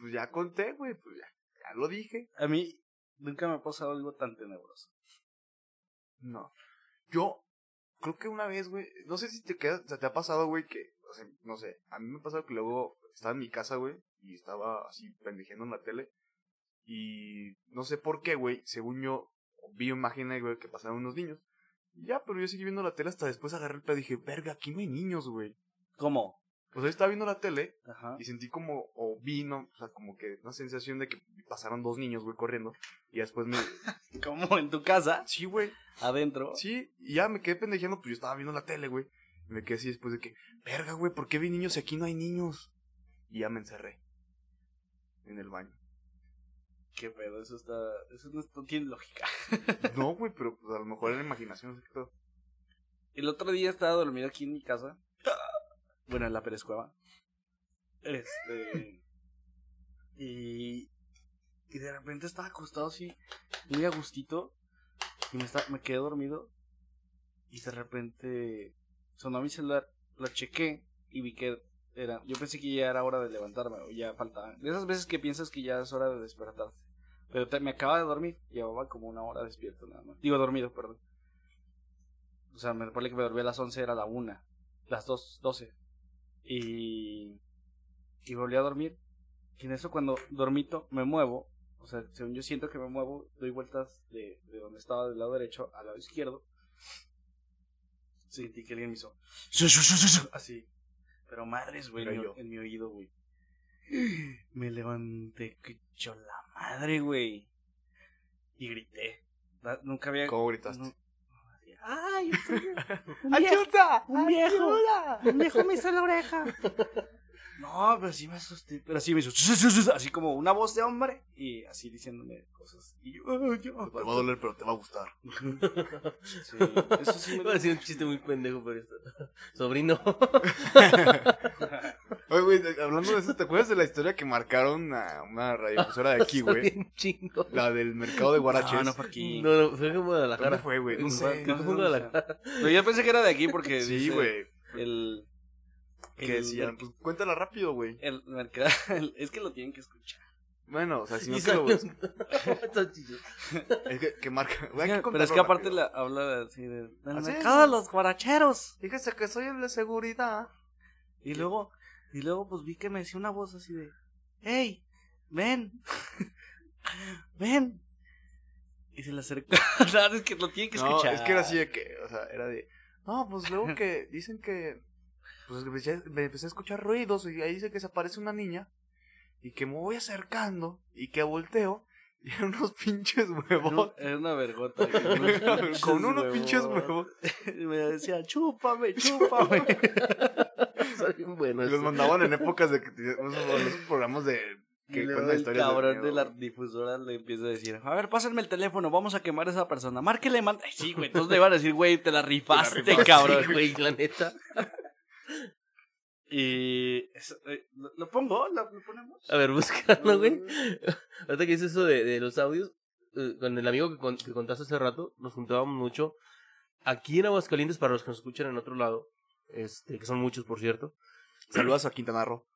Speaker 3: Pues ya conté, güey, pues ya, ya lo dije.
Speaker 1: A mí nunca me ha pasado algo tan tenebroso.
Speaker 3: No. Yo creo que una vez, güey, no sé si te queda, o sea, te ha pasado, güey, que, o sea, no sé, a mí me ha pasado que luego estaba en mi casa, güey, y estaba así pendejeando en la tele. Y no sé por qué, güey, según yo vi una imagen, güey, que pasaron unos niños. Y ya, pero yo seguí viendo la tele hasta después agarré el pedo y dije, verga, aquí no hay niños, güey.
Speaker 1: ¿Cómo?
Speaker 3: O sea, yo estaba viendo la tele
Speaker 1: Ajá.
Speaker 3: Y sentí como, o vino, o sea, como que una sensación de que pasaron dos niños, güey, corriendo. Y después me.
Speaker 1: ¿Cómo? ¿En tu casa?
Speaker 3: Sí, güey.
Speaker 1: ¿Adentro?
Speaker 3: Sí, y ya me quedé pendejeando, pues yo estaba viendo la tele, güey. Y me quedé así después de que, verga, güey, ¿por qué vi niños si aquí no hay niños? Y ya me encerré. En el baño.
Speaker 1: Qué pedo, eso está... Eso no, no tiene lógica.
Speaker 3: No, güey, pero pues, a lo mejor era imaginación. no sé qué pedo.
Speaker 1: El otro día estaba dormido aquí en mi casa. Bueno, en la perescueva. Este. Y. Y de repente estaba acostado así, muy a gustito. Y me, esta- me quedé dormido. Y de repente sonó mi celular. Lo chequé y vi que Era, yo pensé que ya era hora de levantarme, o ya faltaba. De esas veces que piensas que ya es hora de despertarte. Pero te- me acaba de dormir, llevaba como una hora despierto nada más. Digo, dormido, perdón. O sea, me parece que me dormí a las 11, era la 1, las 2, 12. Y, y volví a dormir. Y en eso cuando dormito, me muevo. O sea, según yo siento que me muevo, doy vueltas de, de donde estaba del lado derecho al lado izquierdo. Sentí que alguien me hizo así. Pero madres, güey,
Speaker 3: Era
Speaker 1: en mi-
Speaker 3: yo.
Speaker 1: en mi oído, güey. Me levanté, que yo la madre, güey. Y grité. Na- Nunca había.
Speaker 3: ¿Cómo gritaste?
Speaker 1: Eh, no- ¡Ay! Un viejo, un viejo, un viejo me hizo la oreja. No, pero sí me asusté, pero sí me hizo así como una voz de hombre y así diciéndome cosas. Y yo, ay, yo,
Speaker 3: Te va a doler, pero te va a gustar.
Speaker 1: Sí, eso sí me
Speaker 2: Iba a decir un chiste muy pendejo, pero esto. Sobrino.
Speaker 3: Oye, güey, de- hablando de eso, ¿te acuerdas de la historia que marcaron a una radiofusora de aquí, güey?
Speaker 2: Bien chingo.
Speaker 3: La del mercado de Guaraches.
Speaker 1: No, no fue aquí.
Speaker 2: No, no, fue en Guadalajara.
Speaker 3: ¿Dónde fue, güey? No sé.
Speaker 2: Creo que fue en Guadalajara.
Speaker 1: Pero yo pensé que era de aquí porque.
Speaker 3: Sí,
Speaker 1: dice
Speaker 3: güey.
Speaker 1: El.
Speaker 3: Que decían, pues cuéntala rápido, güey.
Speaker 1: El mercado. el- es que lo tienen que escuchar.
Speaker 3: Bueno, o sea, si no
Speaker 2: Y
Speaker 3: que lo
Speaker 2: salió un- salchichón.
Speaker 3: Es que, que marca. güey, hay que
Speaker 1: Pero es que
Speaker 3: contarlo
Speaker 1: aparte
Speaker 3: rápido.
Speaker 1: la, habla así de. Del
Speaker 3: Así es,
Speaker 1: mercado
Speaker 3: ¿no?
Speaker 1: de los guaracheros.
Speaker 3: Fíjese que soy el de seguridad.
Speaker 1: Y luego, y luego pues vi que me decía una voz así de, hey, ven, ven. Y se le acercó. No, es que lo tienen que
Speaker 3: no,
Speaker 1: escuchar.
Speaker 3: es que era así de que, o sea, era de. No, pues luego que dicen que. Pues empecé, me empecé a escuchar ruidos y ahí dice que se aparece una niña y que me voy acercando y que volteo y eran unos pinches huevos.
Speaker 1: No, era una vergota. güey,
Speaker 3: con unos pinches huevos.
Speaker 1: Y me decía, chúpame, chúpame.
Speaker 2: Está bien bueno.
Speaker 3: Y
Speaker 2: eso.
Speaker 3: los mandaban en épocas de que teníamos unos programas de.
Speaker 1: y
Speaker 3: Que
Speaker 1: luego
Speaker 3: cuentan
Speaker 1: el
Speaker 3: historias. de
Speaker 1: cabrón
Speaker 3: miedo,
Speaker 1: de la
Speaker 3: güey.
Speaker 1: difusora le empieza a decir, a ver, pásenme el teléfono, vamos a quemar a esa persona. Márquele, man. Ay, sí, güey, entonces le van a decir, güey, te la rifaste,
Speaker 3: rifaste,
Speaker 1: cabrón.
Speaker 2: Sí, güey, la neta.
Speaker 1: Y eso, eh, ¿lo, lo pongo, lo, lo ponemos.
Speaker 2: A ver, búscalo, güey. Ahorita que dices eso de, de los audios, eh, con el amigo que, con- que contaste hace rato, nos juntábamos mucho. Aquí en Aguascalientes, para los que nos escuchan en otro lado, este, que son muchos, por cierto.
Speaker 3: Saludos a Quintana Roo.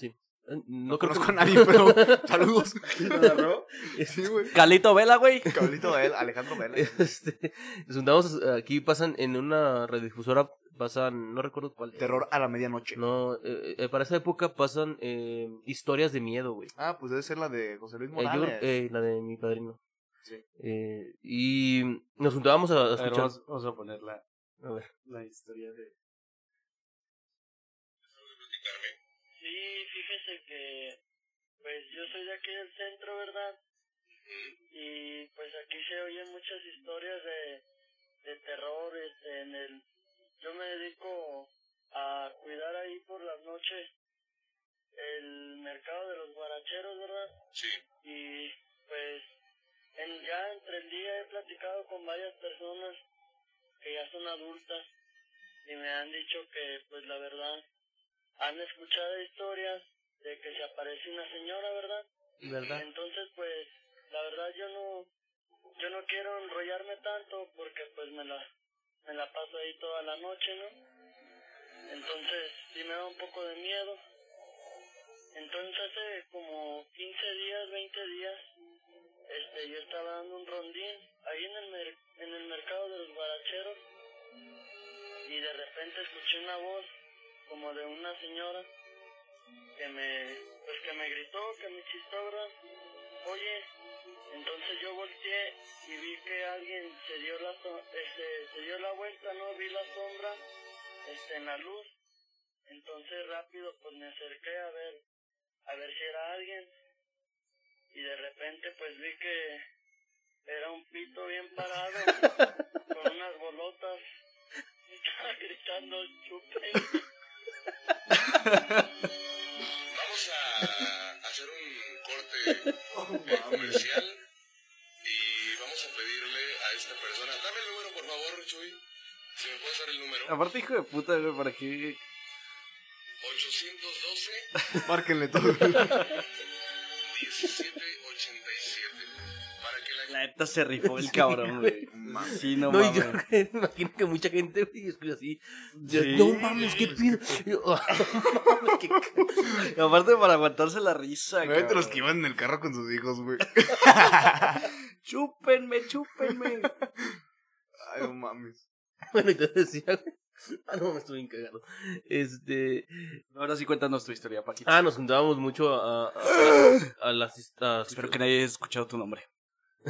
Speaker 2: Eh,
Speaker 3: No,
Speaker 2: No, creo
Speaker 3: conozco
Speaker 2: que...
Speaker 3: a nadie, pero saludos. Sí, güey.
Speaker 1: Calito Vela, güey.
Speaker 3: Cabrito él, Alejandro Vela.
Speaker 2: Este, nos juntamos, eh, aquí pasan en una radiodifusora, pasan, no recuerdo cuál. es.
Speaker 3: Terror a la medianoche.
Speaker 2: No, eh, eh, para esa época pasan eh, historias de miedo, güey.
Speaker 3: Ah, pues debe ser la de José Luis
Speaker 2: Eh, yo-
Speaker 3: Morales.
Speaker 2: eh, la de mi padrino.
Speaker 1: Sí.
Speaker 2: Eh, y nos juntábamos a, a
Speaker 1: A ver,
Speaker 2: escuchar.
Speaker 1: vamos, vamos a poner la,
Speaker 2: A ver.
Speaker 1: la historia de.
Speaker 4: Sí, fíjese que pues yo soy de aquí del centro, ¿verdad? Y pues aquí se oyen muchas historias de, de terror, este, en el yo me dedico a cuidar ahí por las noches el mercado de los guaracheros, ¿verdad? Sí. Y pues en, ya entre el día he platicado con varias personas que ya son adultas y me han dicho que pues la verdad han escuchado historias de que se aparece una señora, ¿verdad?
Speaker 2: ¿Verdad?
Speaker 4: Entonces, pues, la verdad yo no, yo no quiero enrollarme tanto porque pues me la, me la paso ahí toda la noche, ¿no? Entonces, sí me da un poco de miedo. Entonces hace como 15 días, 20 días, este, yo estaba dando un rondín ahí en el, mer- en el mercado de los guaracheros y de repente escuché una voz como de una señora que me pues que me gritó, que me chistó, ¿verdad? Oye, entonces yo volteé y vi que alguien se dio la so- este, se dio la vuelta, no vi la sombra este en la luz. Entonces rápido pues me acerqué a ver a ver si era alguien y de repente pues vi que era un pito bien parado con unas bolotas y estaba gritando chupen
Speaker 5: Vamos a hacer un corte comercial y vamos a pedirle a esta persona. Dame el número, por favor, Chuy. Si me puedes dar el número.
Speaker 1: Aparte, hijo de puta, güey, para que.
Speaker 5: 812
Speaker 3: Márquenle todo.
Speaker 5: 1787. para que la
Speaker 1: La neta se rifó el cabrón, güey.
Speaker 3: Mames.
Speaker 1: Sí, no,
Speaker 2: No, y yo
Speaker 1: mames.
Speaker 2: imagino que mucha gente güey, escucha así. yo,
Speaker 1: Sí.
Speaker 2: no mames, qué pido. Yo, "Ah, no mames, qué ca-".
Speaker 1: Y Aparte para aguantarse la risa,
Speaker 3: Imagínate
Speaker 1: cabrón.
Speaker 3: los que iban en el carro con sus hijos, güey.
Speaker 1: Chúpenme, chúpenme.
Speaker 3: Ay, no mames.
Speaker 2: Bueno, y te decía, güey. Ah, no, me estuve bien cagado. Este.
Speaker 1: Ahora sí cuéntanos tu historia, Paquito.
Speaker 2: Ah, nos juntábamos mucho a, a, a- a las. a-
Speaker 1: Espero que nadie haya escuchado tu nombre.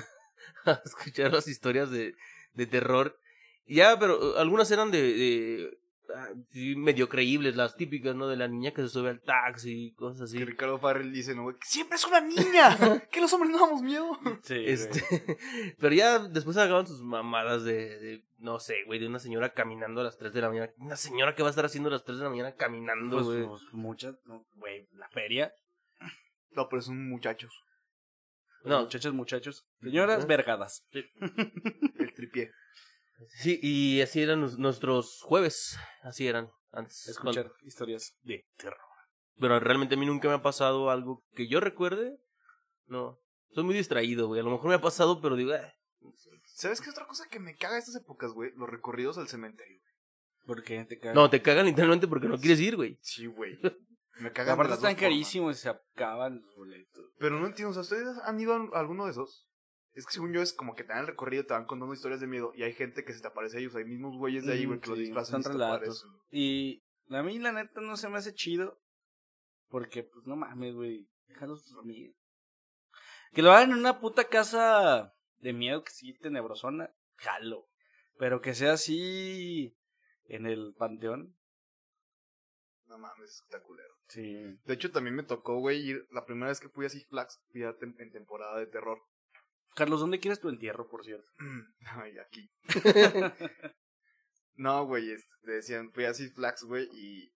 Speaker 2: a escuchar las historias de, de terror. Ya, pero eh, algunas eran de, de, ah, sí, medio creíbles, las típicas, ¿no? De la niña que se sube al taxi y cosas
Speaker 3: Que
Speaker 2: así.
Speaker 3: Ricardo Farrell dice, no, güey, que siempre es una niña. Que los hombres no damos miedo.
Speaker 1: Sí,
Speaker 2: Este, pero ya después sacaban sus mamadas de, de, no sé, güey, de una señora caminando a las 3 de la mañana. Una señora que va a estar haciendo a las 3 de la mañana caminando,
Speaker 1: Pues,
Speaker 2: güey.
Speaker 1: pues, muchas, no, güey, la feria.
Speaker 3: No, pero son muchachos.
Speaker 2: No,
Speaker 1: Muchachos, muchachos. Señoras,
Speaker 2: Ujú.
Speaker 1: vergadas.
Speaker 3: El tripié.
Speaker 2: sí, y así eran nos- nuestros jueves, así eran antes.
Speaker 1: Escuchar historias de terror.
Speaker 2: Pero realmente a mí nunca me ha pasado algo que yo recuerde. No. Soy muy distraído, güey. A lo mejor me ha pasado, pero digo, eh,
Speaker 3: ¿Sabes qué es otra cosa que me caga de estas épocas, güey? Los recorridos al cementerio.
Speaker 1: Porque este te cagan.
Speaker 2: no, te cagan literalmente porque no quieres ir, güey.
Speaker 3: Sí, güey. Me
Speaker 1: Pero
Speaker 3: cagan de
Speaker 1: aparte
Speaker 3: las dos
Speaker 1: están
Speaker 3: formas.
Speaker 1: carísimos y se acaban los boletos.
Speaker 3: Pero no entiendo, o sea, ¿ustedes han ido a alguno de esos? Es que según yo es como que te dan el recorrido, te van contando historias de miedo y hay gente que se te aparece a ellos, hay mismos güeyes de ahí, güey, que los
Speaker 1: Mm, Sí,
Speaker 3: disfrazan.
Speaker 1: son
Speaker 3: y se te
Speaker 1: relatos.
Speaker 3: aparecen.
Speaker 1: Y a mí, la neta, no se me hace chido. Porque, pues, no mames, güey. Déjalos dormir. Que lo hagan en una puta casa de miedo que sí, tenebrosona. Jalo. Pero que sea así en el panteón.
Speaker 3: No mames, está culero.
Speaker 1: Sí.
Speaker 3: De hecho, también me tocó, güey, ir, la primera vez que fui a Six Flags, fui a tem- en temporada de terror.
Speaker 1: Carlos, ¿dónde quieres tu entierro, por cierto?
Speaker 3: Ay, aquí. no, güey, este, te decían, fui a Six Flags, güey, y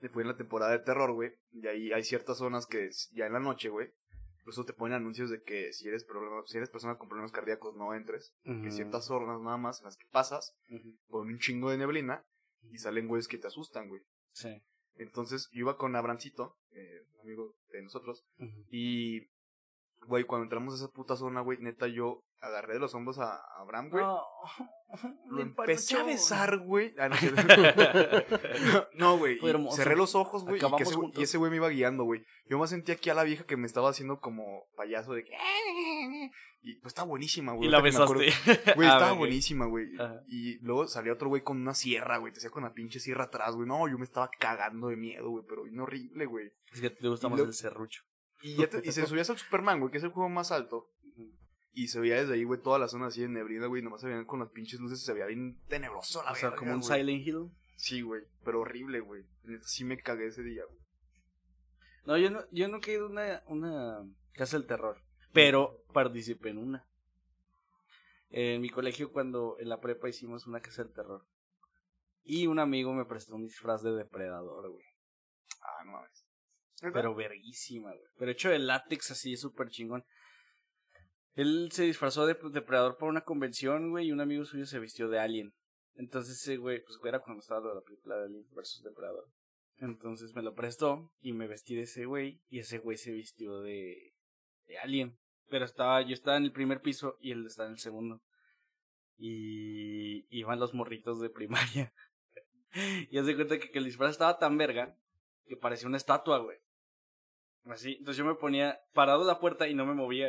Speaker 3: te fui en la temporada de terror, güey, y ahí hay ciertas zonas que s- ya en la noche, güey, incluso te ponen anuncios de que si eres, problema, si eres persona con problemas cardíacos no entres,
Speaker 1: Mm.
Speaker 3: que ciertas zonas nada más en las que pasas,
Speaker 1: Ujú.
Speaker 3: con un chingo de neblina, y salen güeyes que te asustan, güey.
Speaker 1: Sí.
Speaker 3: Entonces, yo iba con Abrancito, eh, un amigo de nosotros,
Speaker 1: Ujú.
Speaker 3: y, güey, cuando entramos a esa puta zona, güey, neta, yo agarré de los hombros a a Abraham, güey, lo empecé a besar, güey. Ah, no, cierto. No, güey.
Speaker 1: Fue
Speaker 3: y
Speaker 1: hermoso.
Speaker 3: Cerré los ojos, güey. y que
Speaker 1: Acabamos
Speaker 3: ese güey-
Speaker 1: juntos.
Speaker 3: Y ese güey me iba guiando, güey. Yo me sentí aquí a la vieja que me estaba haciendo como payaso de que. Y pues estaba buenísima, güey.
Speaker 1: Y la
Speaker 3: ahorita que me
Speaker 1: besaste.
Speaker 3: acuerdo. Güey,
Speaker 1: Ah,
Speaker 3: estaba
Speaker 1: ok.
Speaker 3: buenísima, güey.
Speaker 1: Ajá.
Speaker 3: Y luego salía otro güey con una sierra, güey. Te hacía con la pinche sierra atrás, güey. No, yo me estaba cagando de miedo, güey. Pero bien horrible, güey.
Speaker 1: Es que te gusta
Speaker 3: Y
Speaker 1: más
Speaker 3: lo-
Speaker 1: el serrucho.
Speaker 3: Y, ya te- y se subías al Superman, güey, que es el juego más alto. Y se veía desde ahí, güey, toda la zona así de neblina, güey. Nomás se veían con las pinches luces, se veía bien tenebroso la
Speaker 1: O sea,
Speaker 3: verga,
Speaker 1: como un
Speaker 3: güey.
Speaker 1: Silent Hill.
Speaker 3: Sí, güey, pero horrible, güey. Neta, Sí me cagué ese día, güey.
Speaker 1: No, yo no, yo nunca he ido a una, una casa del terror, pero participé en una. En mi colegio, cuando en la prepa hicimos una casa del terror. Y un amigo me prestó un disfraz de depredador, güey.
Speaker 3: Ah, no mames.
Speaker 1: Pero verguísima, güey. Pero hecho de látex así, súper chingón. Él se disfrazó de pues, depredador para una convención, güey, y un amigo suyo se vistió de alien. Entonces, ese güey, pues era cuando estaba lo de la película de Alien versus Depredador. Entonces me lo prestó y me vestí de ese güey, y ese güey se vistió de, de alien. Pero estaba, yo estaba en el primer piso y él estaba en el segundo. Y iban los morritos de primaria. y hace cuenta que, que el disfraz estaba tan verga que parecía una estatua, güey. Así, entonces yo me ponía parado en la puerta y no me movía.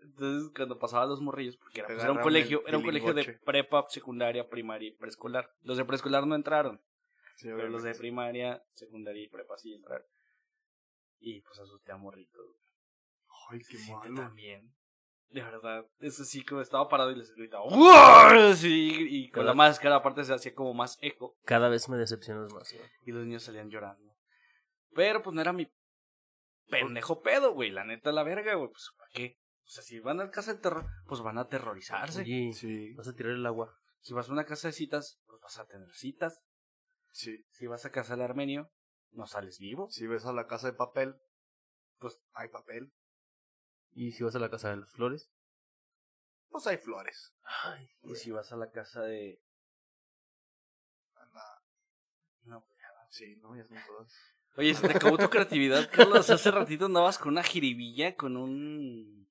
Speaker 1: Entonces cuando pasaba los morrillos, porque era,
Speaker 3: Te
Speaker 1: pues, era un
Speaker 3: agarraban
Speaker 1: colegio,
Speaker 3: el
Speaker 1: era un colegio de
Speaker 3: bilingoche.
Speaker 1: prepa, secundaria, primaria y preescolar. Los de preescolar no entraron,
Speaker 3: Sí,
Speaker 1: pero los de
Speaker 3: obviamente.
Speaker 1: primaria, secundaria y prepa sí entraron. Y pues asusté a morritos.
Speaker 3: Ay, qué
Speaker 1: Sí,
Speaker 3: malo.
Speaker 1: también. De verdad, eso sí, como estaba parado y les gritaba "¡Uah!", así, y con la
Speaker 2: Claro.
Speaker 1: máscara aparte se hacía como más eco
Speaker 2: Cada vez me decepcionas más, güey.
Speaker 1: y los niños salían llorando. Pero pues no era mi pendejo pedo, güey, la neta la verga, güey, pues ¿para qué? O sea, si van a casa del terror, pues van a aterrorizarse.
Speaker 2: Oye,
Speaker 3: Sí,
Speaker 2: vas a tirar el agua.
Speaker 1: Si vas a una casa de citas, pues vas a tener citas.
Speaker 3: sí.
Speaker 1: Si vas a casa de armenio, no sales vivo.
Speaker 3: Si ves a la casa de papel,
Speaker 1: Pues-
Speaker 3: pues hay papel,
Speaker 2: ¿Y si vas a la casa de las flores?
Speaker 3: pues hay flores.
Speaker 2: Ay,
Speaker 1: Y si vas a la casa de
Speaker 3: Anda.
Speaker 1: No,
Speaker 3: Sí, no, ya son todas.
Speaker 1: Oye, se te acabó tu creatividad, Carlos. Hace ratito andabas con una jiribilla, con un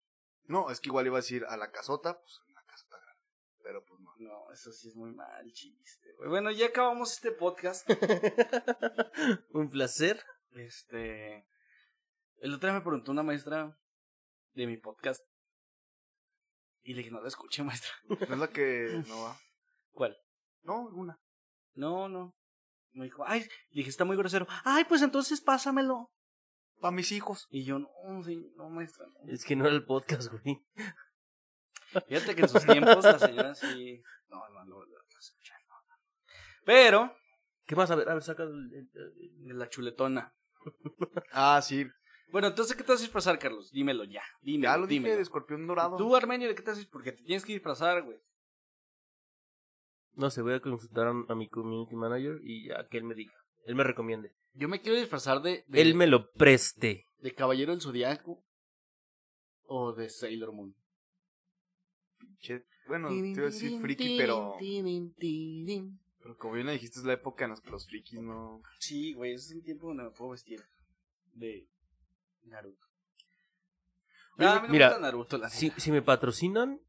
Speaker 3: No, es que igual iba a decir a la casota, pues una casota grande. Pero pues no.
Speaker 1: No, eso sí es muy mal chiste, güey. Bueno, ya acabamos este podcast.
Speaker 2: Un placer.
Speaker 1: Este. El otro día me preguntó una maestra de mi podcast. Y le dije, no la escuché, maestra.
Speaker 3: No es la que no va.
Speaker 1: ¿Cuál?
Speaker 3: No, alguna.
Speaker 1: No, no. Me dijo, ay, le dije, está muy grosero. Ay, pues entonces pásamelo.
Speaker 3: Para mis hijos.
Speaker 1: Y yo, no, sí, no, maestra. no".
Speaker 2: Es que no era el podcast, güey.
Speaker 1: Fíjate que en sus tiempos la señora sí. No, no, no, no, no, escuché, no, no. Pero,
Speaker 2: ¿Qué más? A ver, a ver, saca el- el- el-
Speaker 1: la chuletona.
Speaker 3: Ah, sí.
Speaker 1: Bueno, entonces, ¿qué te vas a disfrazar, Carlos? Dímelo ya. Dímelo,
Speaker 3: Ya lo dije
Speaker 1: dímelo.
Speaker 3: de escorpión dorado.
Speaker 1: Tú, Armenio, ¿de qué te haces? Porque te tienes que disfrazar, güey.
Speaker 2: No sé, voy a consultar a, a mi community manager y a que él me diga. Él me recomiende.
Speaker 1: Yo me quiero disfrazar de, de,
Speaker 2: Él me lo preste.
Speaker 1: de Caballero del Zodiaco o de Sailor Moon.
Speaker 3: Che, Bueno, te iba a decir friki, pero. Pero como bien le dijiste, es la época en la que los frikis no.
Speaker 1: Sí, güey, ese es un tiempo donde me puedo vestir de Naruto.
Speaker 2: Oye,
Speaker 1: Ah, a mí no
Speaker 2: mira,
Speaker 1: me gusta Naruto, la
Speaker 2: Si,
Speaker 1: neta.
Speaker 2: si me patrocinan,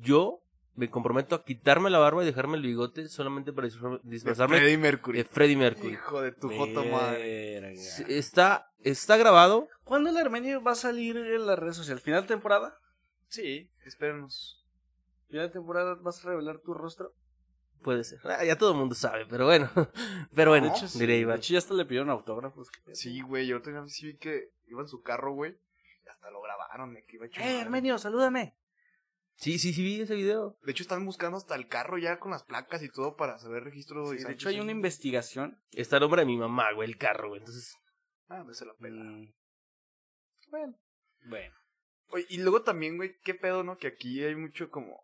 Speaker 2: yo me comprometo a quitarme la barba y dejarme el bigote solamente para disfra-
Speaker 3: De
Speaker 2: disfrazarme
Speaker 3: Freddie Mercury.
Speaker 2: de Freddie Mercury.
Speaker 3: Hijo de tu jota madre.
Speaker 1: Verga.
Speaker 2: S- Está, está grabado.
Speaker 1: ¿Cuándo el Armenio va a salir en las redes sociales? ¿Final de temporada?
Speaker 3: Sí, espérenos.
Speaker 1: ¿Final de temporada vas a revelar tu rostro?
Speaker 2: Puede ser. Ah, ya todo el mundo sabe, pero bueno. Pero bueno,
Speaker 3: De hecho, pues sí.
Speaker 2: diré
Speaker 1: De
Speaker 2: Iván.
Speaker 1: hecho, ya hasta le pidieron autógrafos. qué pedo.
Speaker 3: Sí, güey, yo otra vez sí vi que iba en su carro, güey. Y hasta lo grabaron, de que iba
Speaker 1: ¡Eh,
Speaker 3: chingando.
Speaker 1: Armenio, salúdame!
Speaker 2: Sí, sí, sí, vi ese video.
Speaker 3: De hecho, están buscando hasta el carro ya con las placas y todo para saber registro.
Speaker 1: Sí,
Speaker 3: y
Speaker 1: de
Speaker 3: Sánchez,
Speaker 1: hecho, hay
Speaker 3: sí.
Speaker 1: una investigación.
Speaker 2: Está el nombre de mi mamá, güey, el carro, güey. Entonces,
Speaker 3: Ah, pues se la pela.
Speaker 1: Mm. Bueno. Bueno.
Speaker 3: Oye, y luego también, güey, qué pedo, ¿no? Que aquí hay mucho como.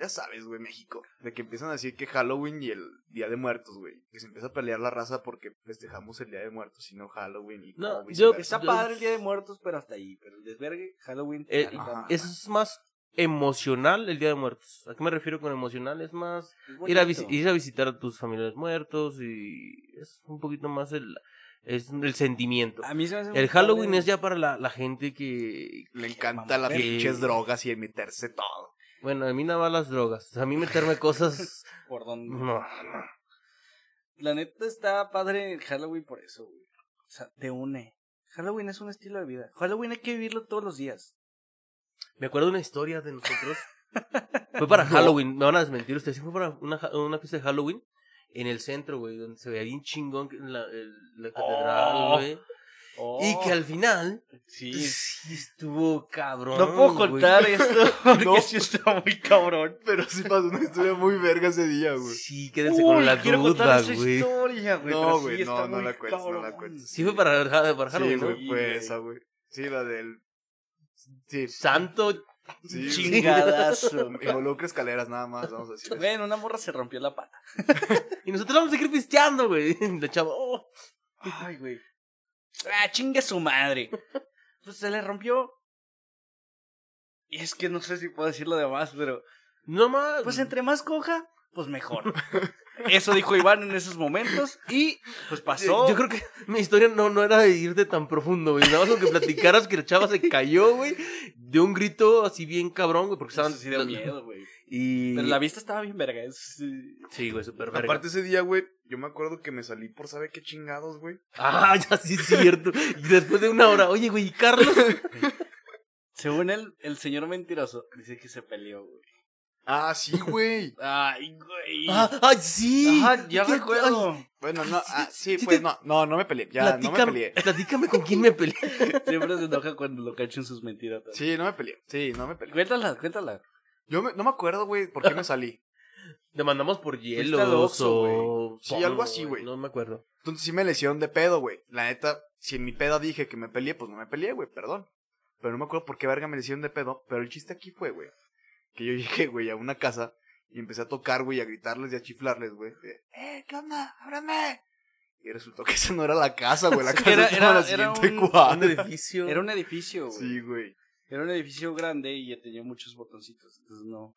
Speaker 3: Ya sabes, güey, México. De que empiezan a decir que Halloween y el Día de Muertos, güey. Que se empieza a pelear la raza porque festejamos el Día de Muertos, sino Halloween y.
Speaker 2: No,
Speaker 3: como
Speaker 2: yo-
Speaker 3: viceversa.
Speaker 1: Está
Speaker 2: Yo-
Speaker 1: padre el Día de Muertos, pero hasta ahí. Pero el desvergue, Halloween...
Speaker 2: eh,
Speaker 1: ahí va.
Speaker 3: Ajá.
Speaker 2: eso es más emocional el Día de Muertos. ¿A qué me refiero con emocional? Es más
Speaker 1: Es
Speaker 2: ir a,
Speaker 1: bonito.
Speaker 2: visi- ir a visitar a tus familiares muertos y es un poquito más el, es el sentimiento.
Speaker 1: A mí se me hace muy
Speaker 2: El Halloween
Speaker 1: padre.
Speaker 2: es ya para la, la gente que...
Speaker 3: Le encanta las
Speaker 2: Mamá,
Speaker 3: pinches
Speaker 2: eh.
Speaker 3: drogas y meterse todo.
Speaker 2: Bueno, a mí nada más las drogas. A mí meterme cosas...
Speaker 1: Por donde...
Speaker 2: No,
Speaker 1: La neta está padre el Halloween por eso, güey. O sea, te une. Halloween es un estilo de vida. Halloween hay que vivirlo todos los días.
Speaker 2: Me acuerdo una historia de nosotros. Fue para Halloween, me van a desmentir ustedes. sí Fue para una, ja- una fiesta de Halloween en el centro, güey, donde se veía bien chingón que la, el- la catedral,
Speaker 1: Oh.
Speaker 2: güey. Y que al final
Speaker 1: Sí.
Speaker 2: Oh, sí estuvo cabrón.
Speaker 1: No puedo
Speaker 2: güey.
Speaker 1: contar esto porque
Speaker 3: No.
Speaker 1: sí está muy cabrón.
Speaker 3: Pero sí pasó una historia muy verga ese día, güey.
Speaker 2: Sí, quédense con la
Speaker 1: quiero contar
Speaker 2: duda,
Speaker 1: esa
Speaker 2: güey.
Speaker 1: historia, güey.
Speaker 3: No,
Speaker 1: pero
Speaker 3: güey,
Speaker 1: sí está
Speaker 3: no, no
Speaker 1: muy
Speaker 3: la cuentes, no la
Speaker 1: cabrón.
Speaker 3: cuentes.
Speaker 2: Sí fue para, para
Speaker 3: Sí,
Speaker 2: Halloween, ¿no?
Speaker 3: güey, fue
Speaker 1: güey.
Speaker 3: esa, güey. Sí, la del. Sí,
Speaker 2: Santo.
Speaker 3: sí. güey.
Speaker 1: Chingadazo.
Speaker 3: Involucra escaleras nada más, vamos a decir. eso.
Speaker 1: Bueno, una morra se rompió la pata.
Speaker 2: Y nosotros vamos a seguir pisteando, güey. La chava, oh,
Speaker 1: Ay, güey. Ah, chingue su madre. Pues se le rompió. Y es que no sé si puedo decir lo demás, pero
Speaker 2: no más.
Speaker 1: Pues entre más coja, pues mejor. Eso dijo Iván en esos momentos y pues pasó.
Speaker 2: Yo, yo creo que mi historia no, no era de irte tan profundo, güey. Nada más con que platicaras que la chava se cayó, güey. De un grito así bien cabrón, güey. Porque
Speaker 1: Eso
Speaker 2: estaban.
Speaker 1: sí Pues, da miedo, güey.
Speaker 2: Y.
Speaker 1: Pero la vista estaba bien verga. es- sí.
Speaker 2: Sí, güey, súper verga.
Speaker 3: Aparte ese día, güey, yo me acuerdo que me salí por sabe qué chingados, güey.
Speaker 2: Ah, ya sí es cierto. Y después de una hora, oye, güey, ¿y Carlos.
Speaker 1: Según él, el señor mentiroso dice que se peleó, güey.
Speaker 3: Ah, sí, güey.
Speaker 1: Ay, güey.
Speaker 2: Ah, ay, sí.
Speaker 1: Ajá, ya
Speaker 2: ¿Qué-
Speaker 1: recuerdo.
Speaker 3: Bueno, no, ah, sí,
Speaker 2: sí
Speaker 3: pues
Speaker 2: te-
Speaker 3: no, no, no me peleé.
Speaker 2: ay,
Speaker 3: Ya, no me
Speaker 2: platícame,
Speaker 3: peleé.
Speaker 2: platícame con quién me peleé.
Speaker 1: Siempre se enoja cuando lo cacho en sus mentiras.
Speaker 3: Sí, no me peleé. Sí, no me peleé.
Speaker 1: Cuéntala, cuéntala.
Speaker 3: Yo me- no me acuerdo, güey, por qué me salí.
Speaker 2: Le mandamos por hielo.
Speaker 3: al Oxxo,
Speaker 2: o...
Speaker 3: Sí, algo así, güey.
Speaker 2: No me acuerdo.
Speaker 3: Entonces sí me lesionaron de pedo, güey. La neta, si en mi peda dije que me peleé, pues no me peleé, güey, perdón. Pero no me acuerdo por qué verga me lesionaron de pedo. Pero el chiste aquí fue, güey, que yo llegué, güey, a una casa y empecé a tocar, güey, a gritarles y a chiflarles, güey. de, Eh, ¿qué onda? Ábrame. Y resultó que esa no era la casa, güey. La
Speaker 1: Sí,
Speaker 3: casa
Speaker 1: era-
Speaker 3: era,
Speaker 1: era-
Speaker 3: la
Speaker 1: era
Speaker 3: siguiente
Speaker 1: un-
Speaker 2: Un
Speaker 3: cuadra.
Speaker 2: edificio.
Speaker 1: Ah. Era un edificio, güey.
Speaker 3: Sí, güey.
Speaker 1: Era un edificio grande y ya tenía muchos botoncitos. Entonces no.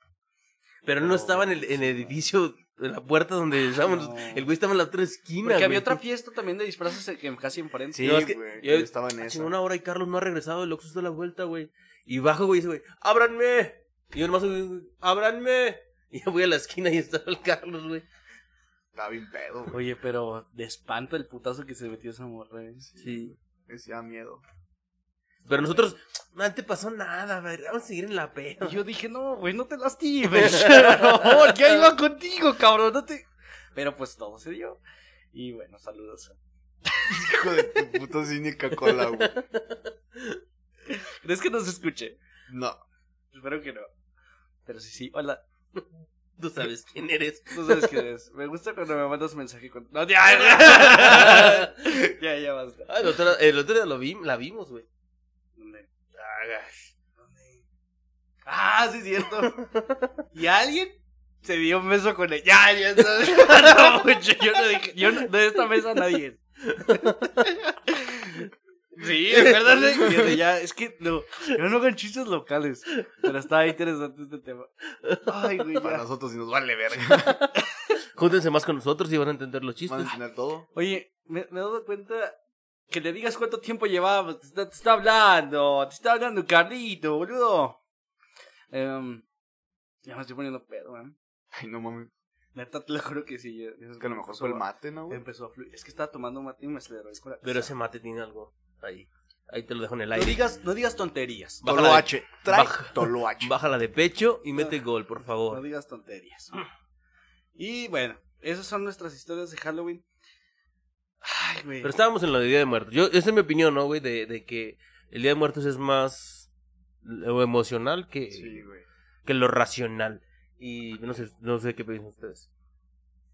Speaker 2: Pero no estaba en el, en el edificio, en la puerta donde estábamos.
Speaker 1: No.
Speaker 2: El güey estaba en la otra esquina.
Speaker 1: Porque había
Speaker 2: güey.
Speaker 1: otra fiesta también de disfraces que casi enfrente.
Speaker 3: Sí,
Speaker 2: No,
Speaker 3: güey.
Speaker 2: es que yo-
Speaker 3: yo estaba en
Speaker 2: Ah,
Speaker 3: esa.
Speaker 2: chingón, una hora y Carlos no ha regresado, el Oxxo está a la vuelta, güey. Y bajo, güey, y dice, güey, ábranme. Y yo nomás, güey, ábranme. Y yo voy a la esquina y estaba el Carlos, güey.
Speaker 3: Estaba bien pedo, güey.
Speaker 1: Oye, pero de espanto el putazo que se metió esa morra. ¿eh?
Speaker 2: Sí.
Speaker 3: Decía miedo.
Speaker 2: Pero nosotros, no te pasó nada, güey, vamos a seguir en la peda.
Speaker 1: Y yo dije, no, güey, no te lastimes. Por favor, ya iba contigo, cabrón, no te... Pero pues todo se dio. Y bueno, saludos.
Speaker 3: Hijo de tu puta cínica cola, güey.
Speaker 1: ¿Crees que nos escuche?
Speaker 3: No.
Speaker 1: Espero que no. Pero sí, sí, hola.
Speaker 2: Tú sabes quién eres.
Speaker 1: Tú sabes quién eres. Me gusta cuando me mandas mensaje con... No, ya, ya, ya basta.
Speaker 2: Ah, el, otro, el otro día lo vi, la vimos, güey.
Speaker 1: ¿Dónde? Ah, sí es cierto. Y alguien se dio un beso con ella. Ya, ya está. No, mucho, yo no dije, yo no- de esta mesa nadie. Sí, acuérdate. Fíjate, ya, es que no, yo no hagan chistes locales. Pero estaba interesante este tema. Ay, güey,
Speaker 3: Para
Speaker 1: ya.
Speaker 3: nosotros sí nos vale verga.
Speaker 2: Júntense más con nosotros y van a entender los
Speaker 3: Van a
Speaker 2: chistes.
Speaker 3: enseñar todo.
Speaker 1: Oye, me, me he dado cuenta que le digas cuánto tiempo llevamos. Te está, te está hablando, te está hablando Carlito, boludo. Em, ya me estoy poniendo pedo, ¿eh?
Speaker 3: Ay, no mames.
Speaker 1: Neta, te lo juro que sí. ya- ya
Speaker 3: Es que a lo mejor fue el mate, ¿no, güey?
Speaker 1: Empezó a fluir. Es que estaba tomando mate y me aceleró el corazón.
Speaker 2: Pero ese mate tiene algo ahí. Ahí te lo dejo en el
Speaker 1: no,
Speaker 2: aire.
Speaker 1: digas, no digas tonterías.
Speaker 2: Bájala
Speaker 3: Toloache. Trae
Speaker 2: Baja.
Speaker 3: Toloache.
Speaker 2: Bájala de pecho y mete gol, por
Speaker 1: No
Speaker 2: favor.
Speaker 1: digas tonterías. Y bueno, esas son nuestras historias de Halloween. Ay, güey.
Speaker 2: Pero estábamos en la de Día de Muertos. Yo, esa es mi opinión, ¿no, güey? De, de que el Día de Muertos es más lo emocional que,
Speaker 3: Sí, güey.
Speaker 2: que lo racional. Y no sé, no sé qué piensan ustedes.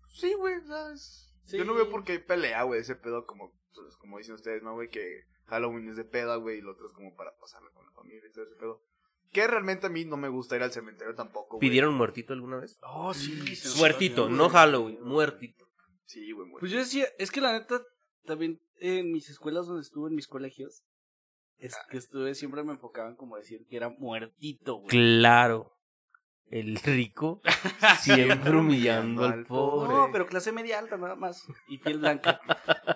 Speaker 3: Sí, güey, o sea, es-
Speaker 1: Sí.
Speaker 3: Yo no veo por qué hay pelea, güey, ese pedo como, pues, como dicen ustedes, ¿no, güey? Que Halloween es de peda, güey, y lo otro es como para pasarla con la familia y todo ese pedo. Que realmente a mí no me gusta ir al cementerio tampoco, güey.
Speaker 2: ¿Pidieron muertito alguna vez?
Speaker 1: Oh,
Speaker 3: Mm,
Speaker 1: sí. se nos
Speaker 2: Muertito,
Speaker 1: olvidó,
Speaker 2: no
Speaker 1: güey.
Speaker 2: Halloween, muertito.
Speaker 3: Sí, güey, güey.
Speaker 1: Pues yo decía, es que la neta, también en mis escuelas donde estuve, en mis colegios, es
Speaker 3: Ah.
Speaker 1: que estuve, siempre me enfocaban como decir que era muertito, güey.
Speaker 2: Claro. El rico siempre humillando al pobre.
Speaker 1: No, pero clase media alta nada más. Y piel blanca.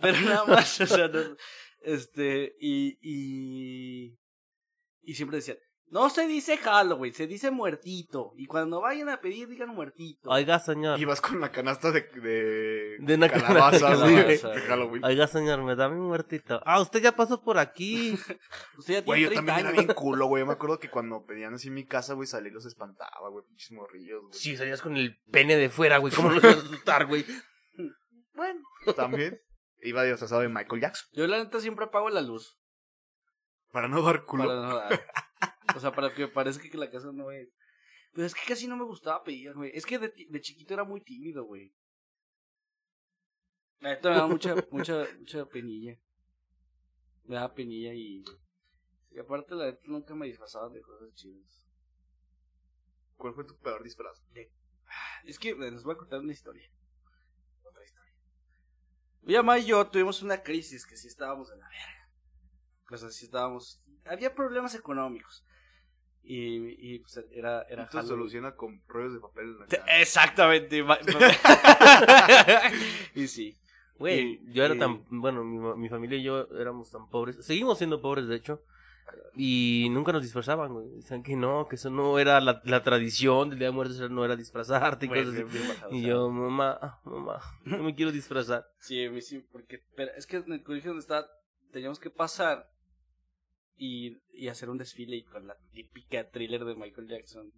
Speaker 1: pero nada más, o sea, no- este, y, y, y siempre decían, no se dice Halloween, se dice muertito. Y cuando vayan a pedir, digan muertito.
Speaker 2: Oiga, señor.
Speaker 3: Ibas con la canasta de, de,
Speaker 2: Ah. De una
Speaker 3: calabazas,
Speaker 2: canasta
Speaker 1: de
Speaker 3: güey,
Speaker 1: calabaza.
Speaker 3: de Halloween.
Speaker 2: Oiga, señor, me da mi muertito. Ah, usted ya pasó por aquí.
Speaker 1: Usted ya
Speaker 3: Güey,
Speaker 1: tiene
Speaker 3: yo
Speaker 1: 30
Speaker 3: también era
Speaker 1: años.
Speaker 3: bien culo, güey. Yo me acuerdo que cuando pedían así en mi casa, güey, salí y los espantaba, güey, pinches morrillos, güey.
Speaker 2: Si salías con el pene de fuera, güey, ¿cómo los vas a asustar, güey?
Speaker 1: Bueno,
Speaker 3: También iba disfrazado de Michael Jackson.
Speaker 1: yo la neta siempre apago la luz.
Speaker 3: Para no dar culo.
Speaker 1: Para no dar. O sea, para que parezca que la casa no es. Pero es que casi no me gustaba pedir, güey. Es que de, ti- de chiquito era muy tímido, güey. La neta me daba mucha, mucha, mucha penilla. Me daba penilla y. Y aparte, la neta nunca me disfrazaba de cosas chidas.
Speaker 3: ¿Cuál fue tu peor disfraz?
Speaker 1: Es que bueno, les voy a contar una historia. Otra historia. Mi mamá y yo tuvimos una crisis que sí estábamos en la verga. Pues así estábamos. Había problemas económicos. Y, y pues era, era
Speaker 3: Esto se
Speaker 1: Halloween.
Speaker 3: soluciona con rollos de papel en la
Speaker 1: Te-
Speaker 3: cara.
Speaker 1: Exactamente. ma- y sí.
Speaker 2: Güey,
Speaker 1: Y-
Speaker 2: yo era
Speaker 1: y-
Speaker 2: tan. Bueno, mi, ma- mi familia y yo éramos tan pobres. Seguimos siendo pobres, de hecho. Y nunca nos disfrazaban, güey. Decían que no, que eso no era la, la tradición del Día de Muertos, no era disfrazarte y
Speaker 1: Güey,
Speaker 2: cosas así.
Speaker 1: bien- bien bajado,
Speaker 2: Y
Speaker 1: o sea.
Speaker 2: yo, mamá, ah, mamá, no me quiero disfrazar.
Speaker 1: Sí, a mí sí, porque pero es que en el colegio donde estaba teníamos que pasar y, y hacer un desfile y con la típica thriller de Michael Jackson.